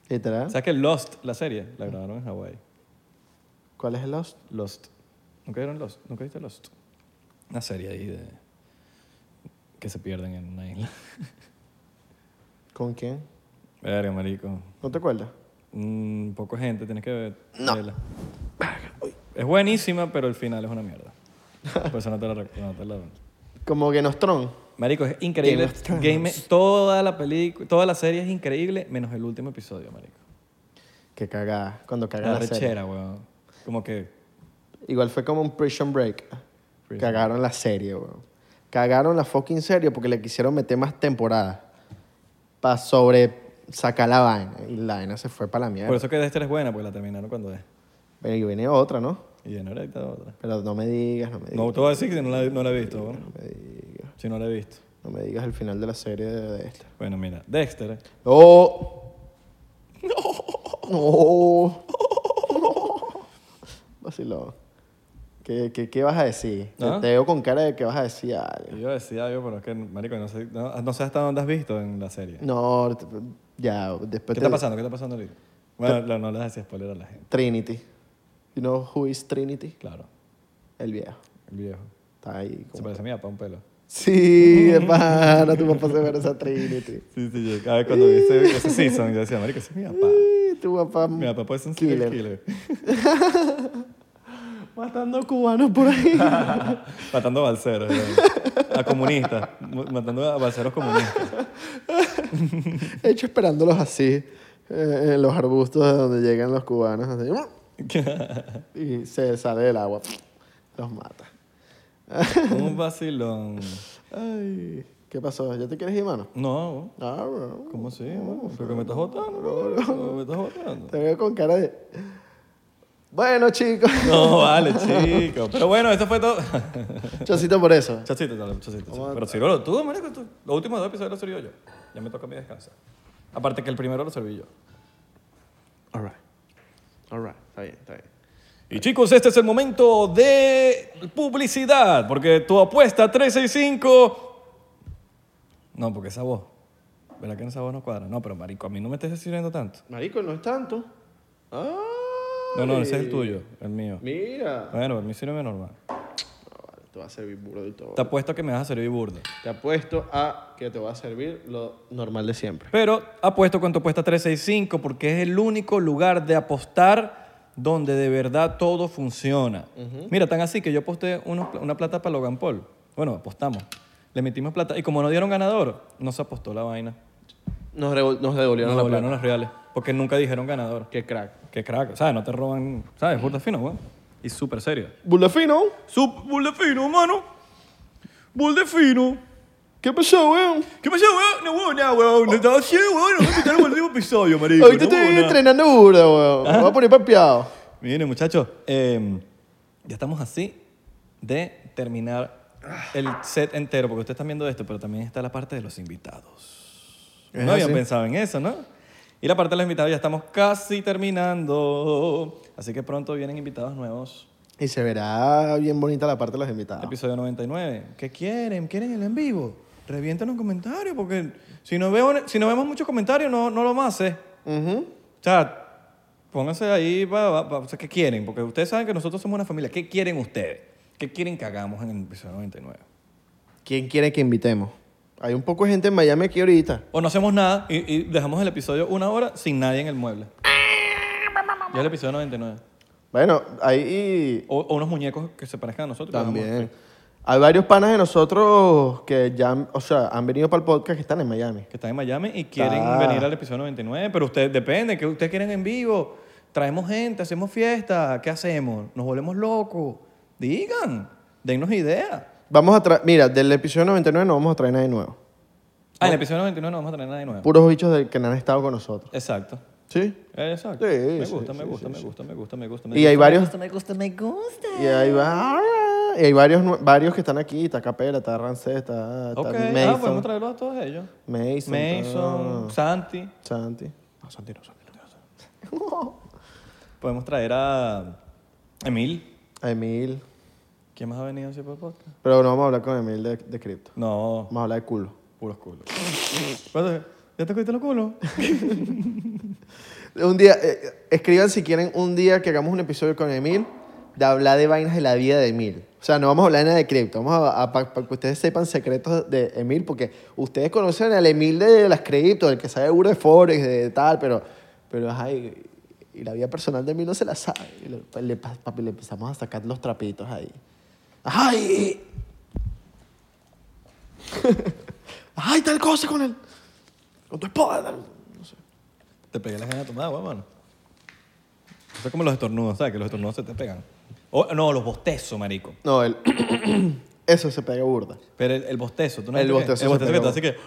Literal.
¿Sabes que Lost, la serie, la grabaron en Hawái?
¿Cuál es el host?
Lost. ¿Nunca vieron Lost? ¿Nunca viste Lost? Una serie ahí de... que se pierden en una isla.
¿Con quién?
Verga, marico.
¿No te acuerdas?
Mm, poco gente, tienes que ver. verla. Es buenísima, pero el final es una mierda. Por eso no te la recomiendo.
Como Genostron.
Marico, es increíble.
Game of Thrones.
Game- e, toda la película, toda la serie es increíble, menos el último episodio, marico.
Que cagada. Cuando cagada
La
la, serie.
rechera, weón. Como que
Igual fue como un prison break.
Prison.
Cagaron la serie, weón. Cagaron la fucking serie porque le quisieron meter más temporadas. Para sobre sacar la vaina. Y la vaina se fue para la mierda.
por eso que Dexter es buena, porque la terminaron cuando es.
Pero y viene otra, ¿no?
Y ya no era dictada otra.
Pero no me digas, no me digas.
No, te voy a decir que no la, no la he visto, weón.
No me digas.
Si no la he visto.
No me digas el final de la serie de, de esta.
Bueno, mira, Dexter. eh.
¡No! ¡No! Vacilón. ¿Qué, qué, qué vas a decir? Te-
¿Ah?
Te veo con cara de que vas a decir algo.
Yo decía algo, pero es que, marico, no sé, no, no sé hasta dónde has visto en la serie.
No, te- ya,
¿Qué
después
está pasando? ¿Qué está pasando ahorita? Bueno, no, no les hacía spoiler a la gente.
Trinity. You know who is Trinity?
Claro,
El viejo.
el viejo.
Está ahí.
Se
Como...
parece a mi papá un pelo.
Sí, de pana, tu papá se parece a Trinity.
Sí, sí, yo cada vez cuando viste ese season, yo decía, marico, ese es mi papá.
Sí, tu papá
Mi papá puede ser un serial
Killer.
Mm. killer.
matando cubanos por ahí.
Matando balseros. ¿verdad? A comunistas. mu- Matando a balseros comunistas.
hecho esperándolos así eh, en los arbustos de donde llegan los cubanos así, y se sale del agua los mata
un vacilón.
ay qué pasó ya te quieres ir mano
No,
Ah, bueno.
¿cómo así? mano? Porque me estás votando. marico, Me estás votando.
te veo con cara de bueno chicos
No, vale, chico. Pero bueno, eso fue todo.
chocito por eso
Chacito, dale, chacito. sí. Pero sírvelo tú, marico. Tú. Los últimos dos episodios los sirvió yo. Ya me toca a mí descansar. Aparte que el primero lo serví yo.
alright alright está bien está bien
Y chicos, este es el momento de publicidad, porque tu apuesta 365... No, porque esa voz. ¿Verdad que en esa voz no cuadra? No, pero marico, a mí no me estés sirviendo tanto.
marico no es tanto Ah,
No, no, ese es el tuyo, el mío.
mira
Bueno, a mí sirve normal.
Te va a servir burdo y todo.
Te apuesto que me vas a servir burda.
Te apuesto a que te va a servir lo normal de siempre.
Pero apuesto con tu apuesta 365 porque es el único lugar de apostar donde de verdad todo funciona. Mira, tan así que yo aposté unos pla- una plata para Logan Paul. Bueno, apostamos. Le metimos plata y como no dieron ganador, no se apostó la vaina.
Nos, revol- nos
Nos
devolvieron la
devolvieron
plata.
las reales porque nunca dijeron ganador.
Qué crack.
Qué crack, ¿sabes? No te roban, ¿sabes? Burda fino, weón. Y súper serio.
Bulafino,
Sup, burda fino, mano. Burda fino.
¿qué pasó, weón?
¿Qué pasó, weón? No, weón, no, weón. No estaba haciendo, weón. No me quitaron el último episodio, marico.
Ahorita
no,
estoy
weón, no.
entrenando burda, weón. Me voy a poner papeado.
Miren, muchachos, eh, ya estamos así de terminar el set entero, porque ustedes están viendo esto, pero también está la parte de los invitados.
Es
No habían
así.
pensado en eso, ¿no? Y la parte de los invitados ya estamos casi terminando. Así que pronto vienen invitados nuevos.
Y se verá bien bonita la parte de los invitados.
Episodio 99. ¿Qué quieren? ¿Quieren el en vivo? Revienten los comentarios, porque si no, veo, si no vemos muchos comentarios, no, no lo más, ¿eh?
Ujú.
O sea, pónganse ahí, pa- pa- pa- o sea, ¿qué quieren? Porque ustedes saben que nosotros somos una familia. ¿Qué quieren ustedes? ¿Qué quieren que hagamos en el episodio 99?
¿Quién quiere que invitemos? Hay un poco de gente en Miami aquí ahorita.
O no hacemos nada y, y dejamos el episodio una hora sin nadie en el mueble. Ya el episodio 99.
Bueno, hay...
O, o unos muñecos que se parezcan a nosotros.
También. Hay varios panas de nosotros que ya, han- o sea, han venido para el podcast que están en Miami.
Que están en Miami y quieren
Ah.
venir al episodio 99. Pero ustedes, depende, que ustedes quieren en vivo. Traemos gente, hacemos fiesta. ¿Qué hacemos? ¿Nos volvemos locos? Digan, dennos ideas.
Vamos a traer, mira, del episodio 99 no vamos a traer nadie nuevo.
Ah, en el episodio 99 no vamos a tener nadie nuevo.
Puros bichos del que no han estado con nosotros.
Exacto.
¿Sí?
Exacto.
Sí,
me,
sí,
gusta,
sí,
me, gusta,
sí,
me
sí.
gusta, me gusta, me gusta, me
Y hay
gusta.
varios,
Me gusta, me gusta.
y hay, va- y hay varios, nue- varios que están aquí. Está Capela, está Rancés, está, está
Ok, ah,
Mason.
podemos traerlos a todos ellos.
Mason.
Mason,
está
Santi.
Santi.
No, Santi no, Santi Podemos traer a Emil.
Emil.
¿Quién más ha venido así por podcast?
Pero no vamos a hablar con Emil de, de cripto.
No,
Vamos a hablar de culo.
puros culos. Espérate, ¿Ya te cogiste los culos?
Un día, eh, escriban si quieren un día que hagamos un episodio con Emil de hablar de vainas de la vida de Emil. O sea, no vamos a hablar nada de cripto, vamos a, a- pa- para que ustedes sepan secretos de Emil, porque ustedes conocen al Emil de las cripto, el que sabe burda de Forex, de tal, pero, pero ajá, y, y la vida personal de Emil no se la sabe. Y le, pa- le pa- papi, le empezamos a sacar los trapitos ahí. ¡Ay! ¡Ay, tal cosa con él! Con tu esposa. tal. No sé.
Te pegué las ganas de tomar agua, mano. Eso es como los estornudos, ¿sabes? Que los estornudos se te pegan. O- no, los bostezos, marico.
No, el... eso se pega burda.
Pero el, el bostezo, ¿tú no
El
viste que-
bostezo
El
se
bostezo que te
pegó.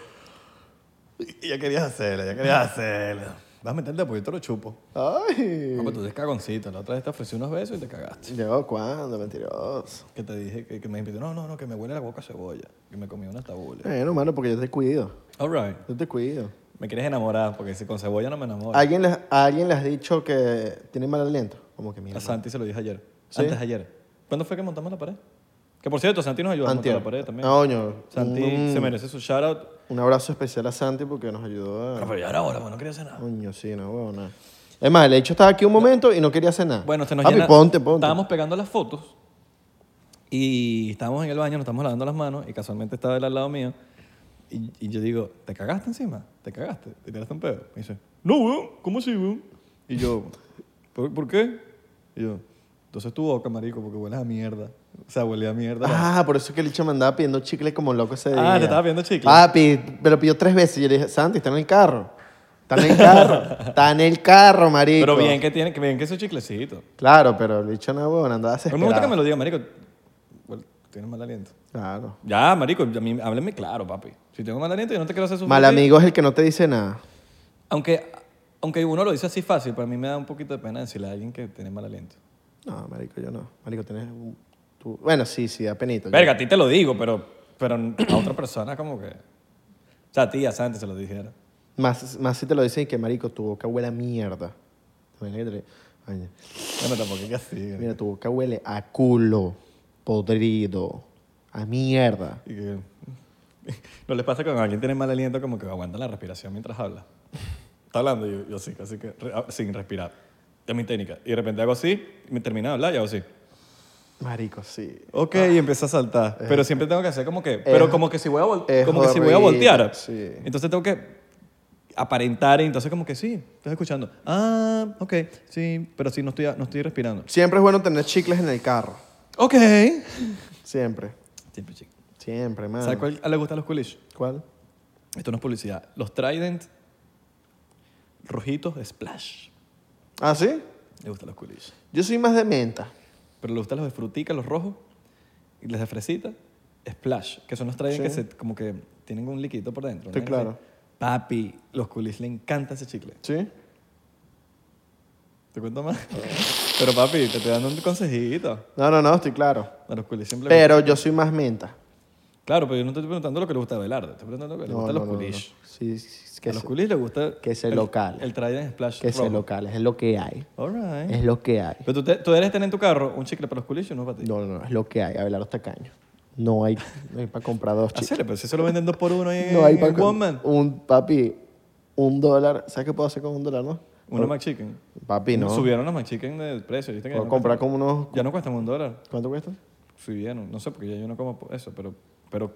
hace que... Y Ya querías hacerlo, ya querías hacerlo. Vas a meterte porque yo te lo chupo.
Ay.
Papá, tú eres cagoncito. La otra vez te ofrecí unos besos y te cagaste.
Llegó cuando, mentiroso.
Que te dije, que, que me invitó, no, no, no, que me huele la boca a cebolla. Que me comí una tabule.
Bueno, mano, porque yo te cuido.
All right.
Yo te cuido.
Me quieres enamorar porque si con cebolla no me enamoro.
¿Alguien les, ¿A alguien le has dicho que tiene mal aliento? Como que mira.
A Santi se lo dije ayer.
¿Sí?
Antes de ayer. ¿Cuándo fue que montamos la pared? Que por cierto, Santi nos ayudó a
Antier.
montar la pared también.
Ah, Mm. coño.
Santi
Un-
se merece su shout out.
Un abrazo especial a Santi porque nos ayudó a...
Pero ya era hora, bueno, no quería hacer nada.
Coño, sí, no, huevo, nada. Es más, el hecho estaba aquí un momento y no quería hacer nada.
Bueno, se nos
Papi,
llena-
ponte, ponte.
Estábamos pegando las fotos y estábamos en el baño, nos estábamos lavando las manos y casualmente estaba él al lado mío. Y, y yo digo, ¿te cagaste encima? ¿Te cagaste? ¿Te tiraste un pedo? Me dice, no, weón, ¿cómo así, weón? Y yo, ¿por, por qué? Y yo, entonces tu boca, marico, porque hueles a mierda. O sea, huele a mierda.
Ah, por eso es que el hecho me andaba pidiendo chicle como loco ese
Ah,
día.
te estaba pidiendo chicle.
Papi, me lo pidió tres veces. Y yo le dije, Santi, está en el carro. Está en el carro. está en el carro, marico.
Pero bien que tiene, que bien que es chiclecito.
Claro, pero el hecho no, huevón, andaba
Pero me gusta que
desesperado.
me lo diga, marico, huele- tienes mal aliento.
Claro.
Ya, marico, a mí, hábleme claro, papi. Si tengo mal aliento, yo no te quiero hacer sufrir.
Mal amigo es el que no te dice nada.
Aunque, aunque uno lo dice así fácil, para mí me da un poquito de pena decirle a alguien que tiene mal aliento.
No, marico, yo no. Marico, tienes un... tú- Bueno, sí, sí, da penito.
Verga, a ti te lo digo, pero, pero a otra persona como que... O sea, a ti, a Santi se lo dijera.
Más, más si te lo dicen que, marico, tu boca huele a mierda. Imagínate que te- Oye,
Bueno, tampoco es que así. ¿no?
Mira, tu boca huele a culo, podrido, a mierda.
Y que- ¿No les pasa que cuando alguien tiene mal aliento como que aguanta la respiración mientras habla? Está hablando yo, yo así, así que re- ah, sin respirar. Es mi técnica. Y de repente hago así, y me termina de hablar y hago así.
Marico, sí.
Ok, y empecé a saltar. Pero siempre tengo que hacer como que... Pero como que si voy a, vol-
es
como que si voy a
horrible,
voltear.
sí.
Entonces tengo que aparentar. y Entonces como que sí, estás escuchando. Ah, ok, sí. Pero sí, no estoy, no estoy respirando.
Siempre es bueno tener chicles en el carro.
Ok.
Siempre.
Siempre chico.
Siempre, mano.
¿Sabes cuál le gustan los coolish?
¿Cuál?
Esto no es publicidad. Los Trident rojitos Splash.
¿Ah, sí?
Le gustan los coolish.
Yo soy más de menta.
Pero le gustan los de frutica, los rojos. Y los de fresita, Splash. Que son los Trident
Sí.
que se, como que tienen un liquidito por dentro.
Sí,
¿no?
claro.
Papi, los coolish le encanta ese chicle.
¿Sí?
¿Te cuento más? Pero papi, te estoy dando un consejito.
No, no, no, estoy claro.
A los coolish siempre le
Pero yo soy más menta.
gusta- Claro, pero yo no te estoy preguntando lo que le gusta a Belardo. Te estoy preguntando lo que le
No,
gusta a
no,
los
no, no.
coolish.
Sí, sí, que
a los
se-
coolish le gusta...
que se
el-
locale.
El Trident Splash
que es
rojo.
local, es lo que hay.
All right.
Es lo que hay.
Pero tú, te- tú eres tener en tu carro un chicle para los culichos, no para ti.
No, no, no, es lo que hay. Abelardo está caño. No hay, no hay para comprar dos chicles.
Hacele, pero si eso lo venden dos por uno ahí en,
No hay
en
para
Walmart.
Un papi, un dólar. ¿Sabes qué puedo hacer con un dólar, no?
Una McChicken.
Papi, no.
Subieron las McChicken del precio. ¿viste? Que ya,
Puedo
no
comprar
cuestan-
como unos.
ya no cuestan un dólar.
¿Cuánto cuesta?
Subieron. No sé, porque ya yo no como eso, pero... pero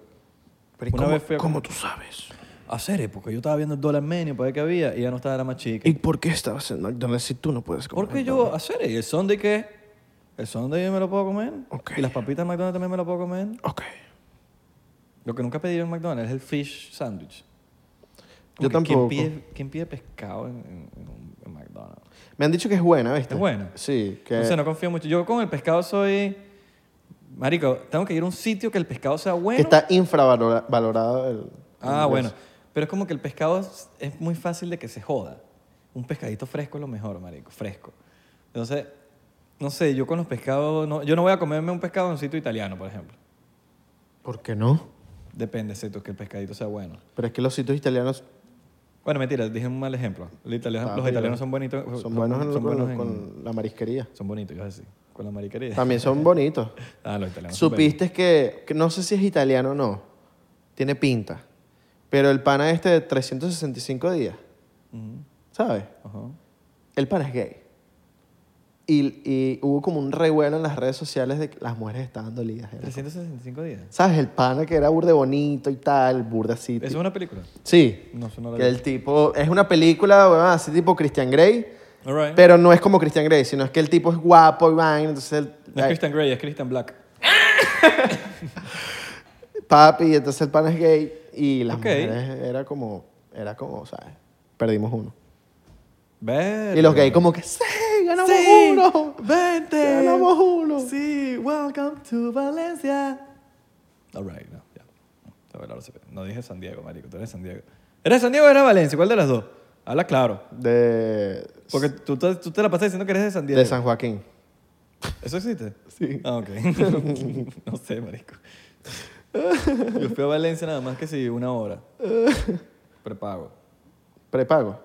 Pero ¿y
una
cómo-
vez fui a...
¿Cómo tú sabes?
Hacer, eh, porque yo estaba viendo el dólar menú para ver qué había y ya no estaba la McChicken.
¿Y por qué estabas en McDonald's si tú no puedes comer?
Porque yo, hacer, eh? ¿y el Sunday qué? El Sunday yo me lo puedo comer.
Ok.
Y las papitas de McDonald's también me lo puedo comer.
Ok.
Lo que nunca he pedido en McDonald's es el fish sandwich.
Yo
Como que ¿quién
tampoco.
pide- ¿Quién pide pescado en, en- en un- en McDonald's?
Me han dicho que es buena, ¿viste?
Es buena.
Sí, que.
No sé, no confío mucho. Yo con el pescado soy... Marico, tengo que ir a un sitio que el pescado sea bueno.
que está infravalorado el.
Ah,
el-
bueno. Pero es como que el pescado es, es muy fácil de que se joda. Un pescadito fresco es lo mejor, marico. Fresco. Entonces, no sé, yo con los pescados... No, yo no voy a comerme un pescado en un sitio italiano, por ejemplo.
¿Por qué no?
Depende, sé tú, que el pescadito sea bueno.
Pero es que los sitios italianos
Bueno, mentira, dije un mal ejemplo. Los italianos,
Ah,
los
mira.
italianos son bonitos.
son buenos en-
son
con,
buenos en-
con la marisquería.
Son bonitos, yo así. Con la mariquería.
También son bonitos.
Ah, los italianos. son
Supiste que, que no sé si es italiano o no, tiene pinta, pero el pana este de 365 días,
bellos.
¿sabes?
Ujú, ajá.
El pana es gay. Y, y hubo como un revuelo en las redes sociales de que las mujeres estaban dolidas. Era como-
365 días.
¿Sabes? El pana que era burde bonito y tal, burde así.
¿Eso es una película?
Sí.
No, eso no la
Que
vi.
el tipo, es una película, weón, así tipo Christian Grey,
All right.
pero no es como Christian Grey, sino es que el tipo es guapo y vaina, entonces el-
no es Christian Grey, es Christian Black.
papi, entonces el pan es gay y las
Ok.
mujeres era como, era como, ¿sabes? Perdimos uno.
Ver.
Y los gays como que, sí, ganamos
sí,
uno.
¡Vente!
Ganamos uno.
Sí, welcome to Valencia. All right, no, ya. A ver, ahora se ve. No dije San Diego, marico, tú eres de San Diego. ¿Eres de San Diego o eres de Valencia? ¿Cuál de las dos? Habla claro.
De,
Porque tú, tú- tú te la pasas diciendo que eres de San Diego.
de San Joaquín.
¿Eso existe?
Sí.
Ah, ok. no sé, marico. Yo fui a Valencia nada más que si una hora. Prepago.
Prepago.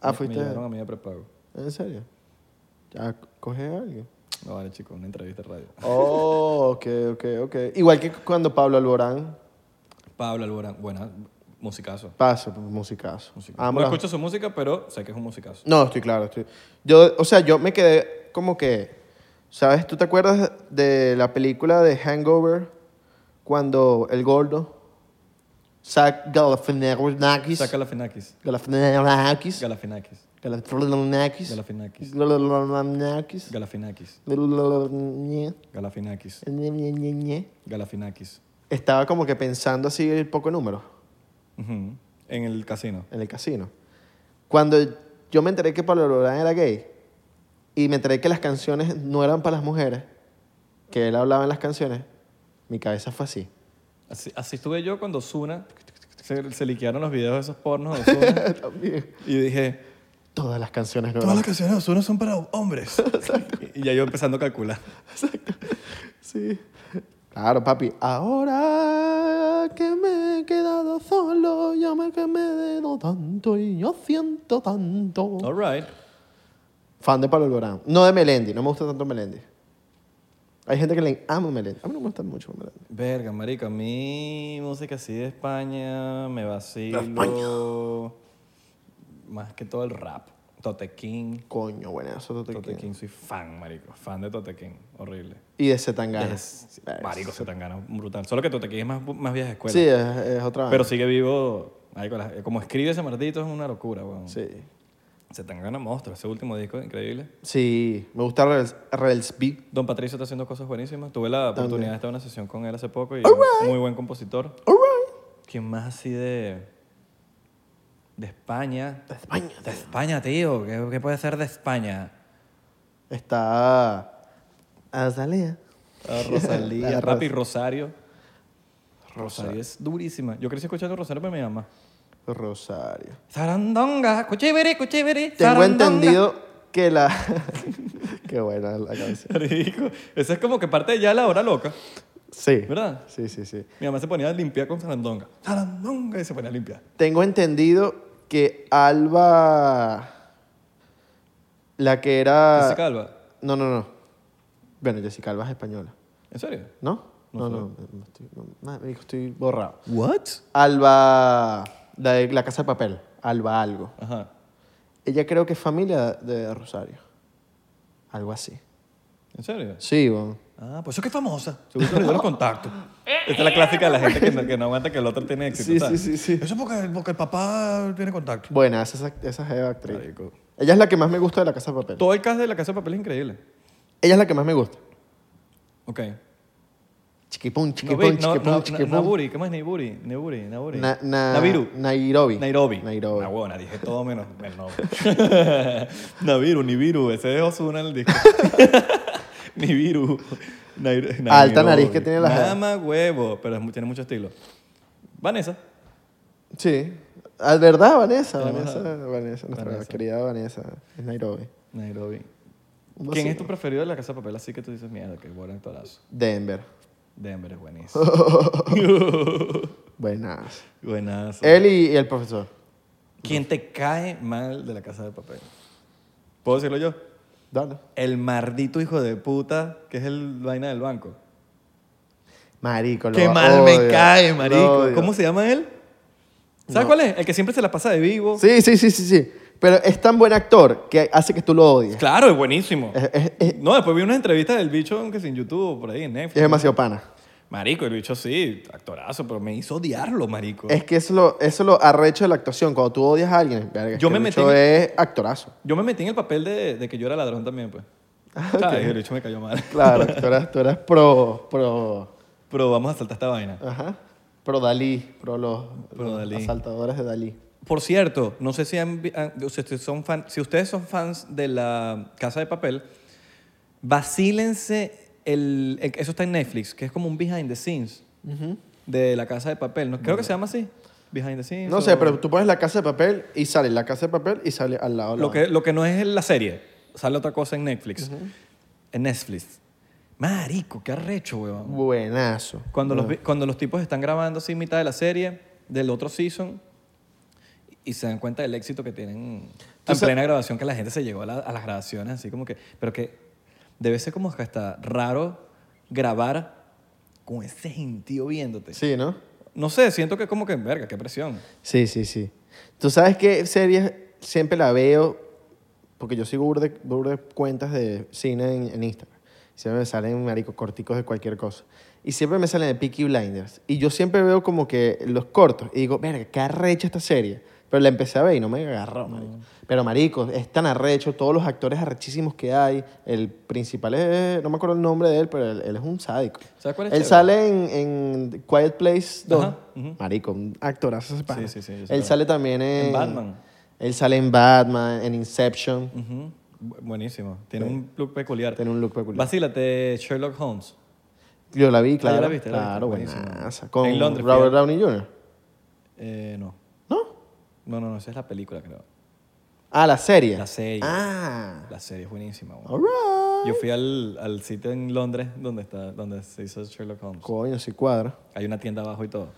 Ah,
Me-
fuiste.
Me llevaron a mí a prepago.
¿En serio? Ya coge a alguien.
No, vale, chico, una entrevista de radio.
Oh, ok, ok, ok. Igual que cuando Pablo Alborán,
Pablo Alborán, buena, musicazo.
paso, musicazo.
musicazo.
Amo
No
las-
escucho su música, pero sé que es un musicazo.
No, estoy claro. Estoy... Yo, o sea, yo me quedé como que, ¿sabes? ¿Tú te acuerdas de la película de Hangover cuando el gordo, Zach Galifianakis,
Saca la Finakis.
Galifianakis,
Galafinakis.
Galifianakis,
Galafinakis.
Galifianakis,
Galafinakis. Galafinakis. Galafinakis.
estaba como que pensando así el poco número
Ujú. En el casino.
en el casino. Cuando yo me enteré que Pablo Lorán era gay y me enteré que las canciones no eran para las mujeres, que él hablaba en las canciones, mi cabeza fue así.
Así, así estuve yo cuando Zuna se, se liquearon los videos de esos pornos de Ozuna.
También.
y dije,
Todas las canciones no
Todas
eran.
las canciones de Ozuna son para hombres. y ya yo empezando a calcular.
Sí. Claro, papi. Ahora que me he quedado solo, ya me que me dedo tanto y yo siento tanto.
All right.
Fan de Pablo Lorán. No de Melendi, no me gusta tanto Melendi. Hay gente que le ama Melendi. A mí no me gusta mucho Melendi.
Verga, marico, a mí música así de España me vacilo. Más que todo el rap. Tote King.
Coño, buenazo Tote,
Tote
King.
King, soy fan, marico. Fan de Tote King. Horrible.
Y de Zetangana.
Es- marico, se tan gana brutal. Solo que Tote King es más, más vieja escuela.
Sí, es, es otra
Pero
banda.
sigue vivo. marico, la- como escribe ese maldito es una locura, weón.
Sí.
Se tan gana monstruo. Ese último disco, increíble.
Sí, me gusta Rels, Rels B.
Don Patricio está haciendo cosas buenísimas. Tuve la oportunidad de estar en una sesión con él hace poco y muy buen compositor. ¿Quién más así de. de España?
De España.
De España, tío. ¿Qué, qué puede ser de España?
Está Azalea.
Ah, Rosalía.
La
Papi, Rosario. Rosario es durísima. Yo crecí escuchando Rosario por mi mamá.
Rosario.
Sarandonga, cuchibiri, cuchibiri.
Tengo
sarandonga.
entendido que la... Qué buena la cabeza.
Marico, Esa es como que parte de ya la hora loca,
Sí.
¿verdad?
Sí, sí, sí.
Mi mamá se ponía a limpiar con Sarandonga. Sarandonga y se ponía a limpiar.
Tengo entendido que Alba... La que era...
Jessica Alba.
No, no, no. Bueno, Jessica Alba es española.
¿En serio?
¿No? No,
No
no. no, estoy, no, marico, estoy borrado.
What?
Alba... La de La Casa de Papel. Alba algo.
Ajá.
Ella creo que es familia de Rosario. Algo así.
¿En serio?
Sí, bueno.
Ah, pues eso que es famosa. Seguro que le dio los contactos. Esta es la clásica de la gente que no, que no aguanta que el otro tiene éxito.
Sí,
¿sabes?
sí, sí, sí.
Eso porque, porque el papá tiene contacto.
Buena, esa, esa- esa jeva actriz.
Marico.
Ella es la que más me gusta de La Casa de Papel.
Todo el caso de la casa de papel es increíble.
Ella es la que más me gusta.
Ok.
Chiquipum, chiquipum,
Noburi, no,
chiquipum,
no,
chiquipum.
Na- Naburi, ¿cómo es Niburi? Niburi, Naburi.
Na- na-
Nabiru.
Nairobi.
Nairobi.
Nairobi.
Una buena, dije todo menos el nombre. Nabiru, Nibiru, ese es Osuna en el disco. Nibiru. Nair- Nairobi.
Alta nariz que tiene la jeva.
Mama huevo, pero es mu- tiene mucho estilo. Vanessa.
Sí. Ah, ¿Verdad, Vanessa?
Tenemos
Vanessa,
a-
Vanessa, nuestra
Vanessa.
querida Vanessa. Es Nairobi.
Nairobi.
Un
¿Quién es
vacío.
tu preferido de la Casa de Papel? Así que tú dices, mierda, que buen actorazo.
Denver.
Denver es buenísimo.
Buenas.
Buenazo.
Él y, y el profesor.
¿Quién te cae mal de la Casa de Papel? ¿Puedo decirlo yo?
Dale.
El maldito hijo de puta que es el vaina del banco.
Marico, lo
Qué mal me
odio.
cae,
Lo
marico.
odio.
¿Cómo se llama él? ¿Sabes
No.
cuál es? El que siempre se la pasa de vivo.
Sí, sí, sí, sí, sí. Pero es tan buen actor que hace que tú lo odies.
Claro, es buenísimo.
Es, es- es-
No, después vi una entrevista del bicho, aunque sin YouTube, por ahí en
es
Netflix.
demasiado pana.
Marico, el bicho sí, actorazo, pero me hizo odiarlo, marico.
Es que eso es lo, eso es lo arrecho de la actuación. Cuando tú odias a alguien, verga,
Yo
este
me metí
bicho
en-
es actorazo.
Yo me metí en el papel de, de que yo era ladrón también, pues.
Ah,
¿Sabes? El bicho me cayó mal.
Claro, tú eras, tú eras pro, pro,
Pero vamos a saltar esta vaina.
ajá, pro Dalí, pro los,
Pro
los
Dalí.
asaltadores de Dalí.
Por cierto, no sé si, han vi- han- si ustedes son fan- si ustedes son fans de la Casa de Papel, vacílense el, el- eso está en Netflix, que es como un behind the scenes de la Casa de Papel. No, creo que se llama así, behind the scenes.
No
o-
sé, pero tú pones la casa de papel y sale la casa de papel y sale al lado. la
lo
otra.
que lo que no es la serie, sale otra cosa en Netflix. En Netflix. Marico, qué arrecho, weón.
Buenazo.
Cuando, los, vi- cuando los tipos están grabando así mitad de la serie, del otro season, y se dan cuenta del éxito que tienen
Tú
en
sa-
plena grabación, que la gente se llegó a, la- a las grabaciones así como que... Pero que debe ser como que hasta raro grabar con ese gentío viéndote.
Sí, ¿no?
No sé, siento que como que, verga, qué presión.
Sí, sí, sí. Tú sabes qué serie siempre la veo, porque yo sigo burde, burde cuentas de cine en, en Instagram. Siempre me salen, marico, corticos de cualquier cosa. Y siempre me salen de Peaky Blinders. Y yo siempre veo como que los cortos. Y digo, verga, qué arrecha esta serie. Pero la empecé a ver y no me
Mm.
agarró, marico. Pero, marico, es tan arrecho. Todos los actores arrechísimos que hay. El principal es... No me acuerdo el nombre de él, pero él, él es un sádico.
¿Sabes cuál es
Él
chévere?
sale en, en Quiet Place 2.
Ajá, ujú.
Marico, un actorazo ese pana.
Sí, sí, sí, yo sé
Él
cuál.
sale también en...
En Batman.
Él sale en Batman, en Inception.
Ujú. Bu- Buenísimo. Tiene un look peculiar.
Tiene un look peculiar.
Vacílate Sherlock Holmes.
Yo la vi, claro.
Ah, la viste, la
claro,
viste, buenísimo.
buenaza. Con
En Londres,
Robert
fíjate.
Downey Jr.
Eh, no.
¿No?
No, no, no, esa es la película, creo.
Ah, la serie.
La serie.
Ah.
La serie es buenísima. weón.
All right.
Yo fui al, al sitio en Londres donde, está, donde se hizo Sherlock Holmes.
Coño, sí cuadra.
Hay una tienda abajo y todo.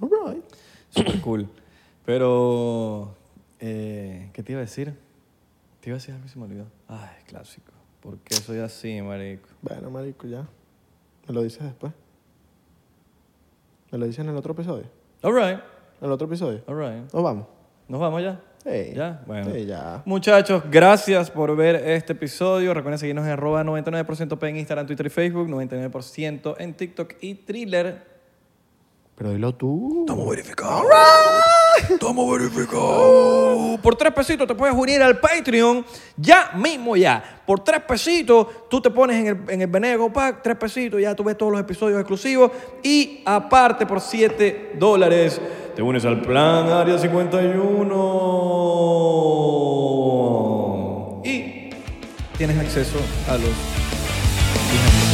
All right.
Súper cool. Pero, eh, ¿qué te iba a decir? Te iba a decir algo y se me olvidó. Ay, clásico. ¿Por qué soy así, marico?
Bueno, marico, ya. Me lo dices después. Me lo dices en el otro episodio.
All right,
En el otro episodio.
all right.
Nos vamos.
¿Nos vamos ya?
Sí.
¿Ya? Bueno.
Sí, ya.
Muchachos, gracias por ver este episodio. Recuerden seguirnos en arroba 99% P en Instagram, Twitter y Facebook, 99% en TikTok y Thriller.
Pero dilo tú.
Estamos verificados. Estamos verificados. Uh. Por tres pesitos te puedes unir al Patreon ya mismo ya. Por tres pesitos tú te pones en el, en el Benego Pack, tres pesitos, ya tú ves todos los episodios exclusivos. Y aparte por siete dólares te unes al plan Área 51. Y tienes acceso a los...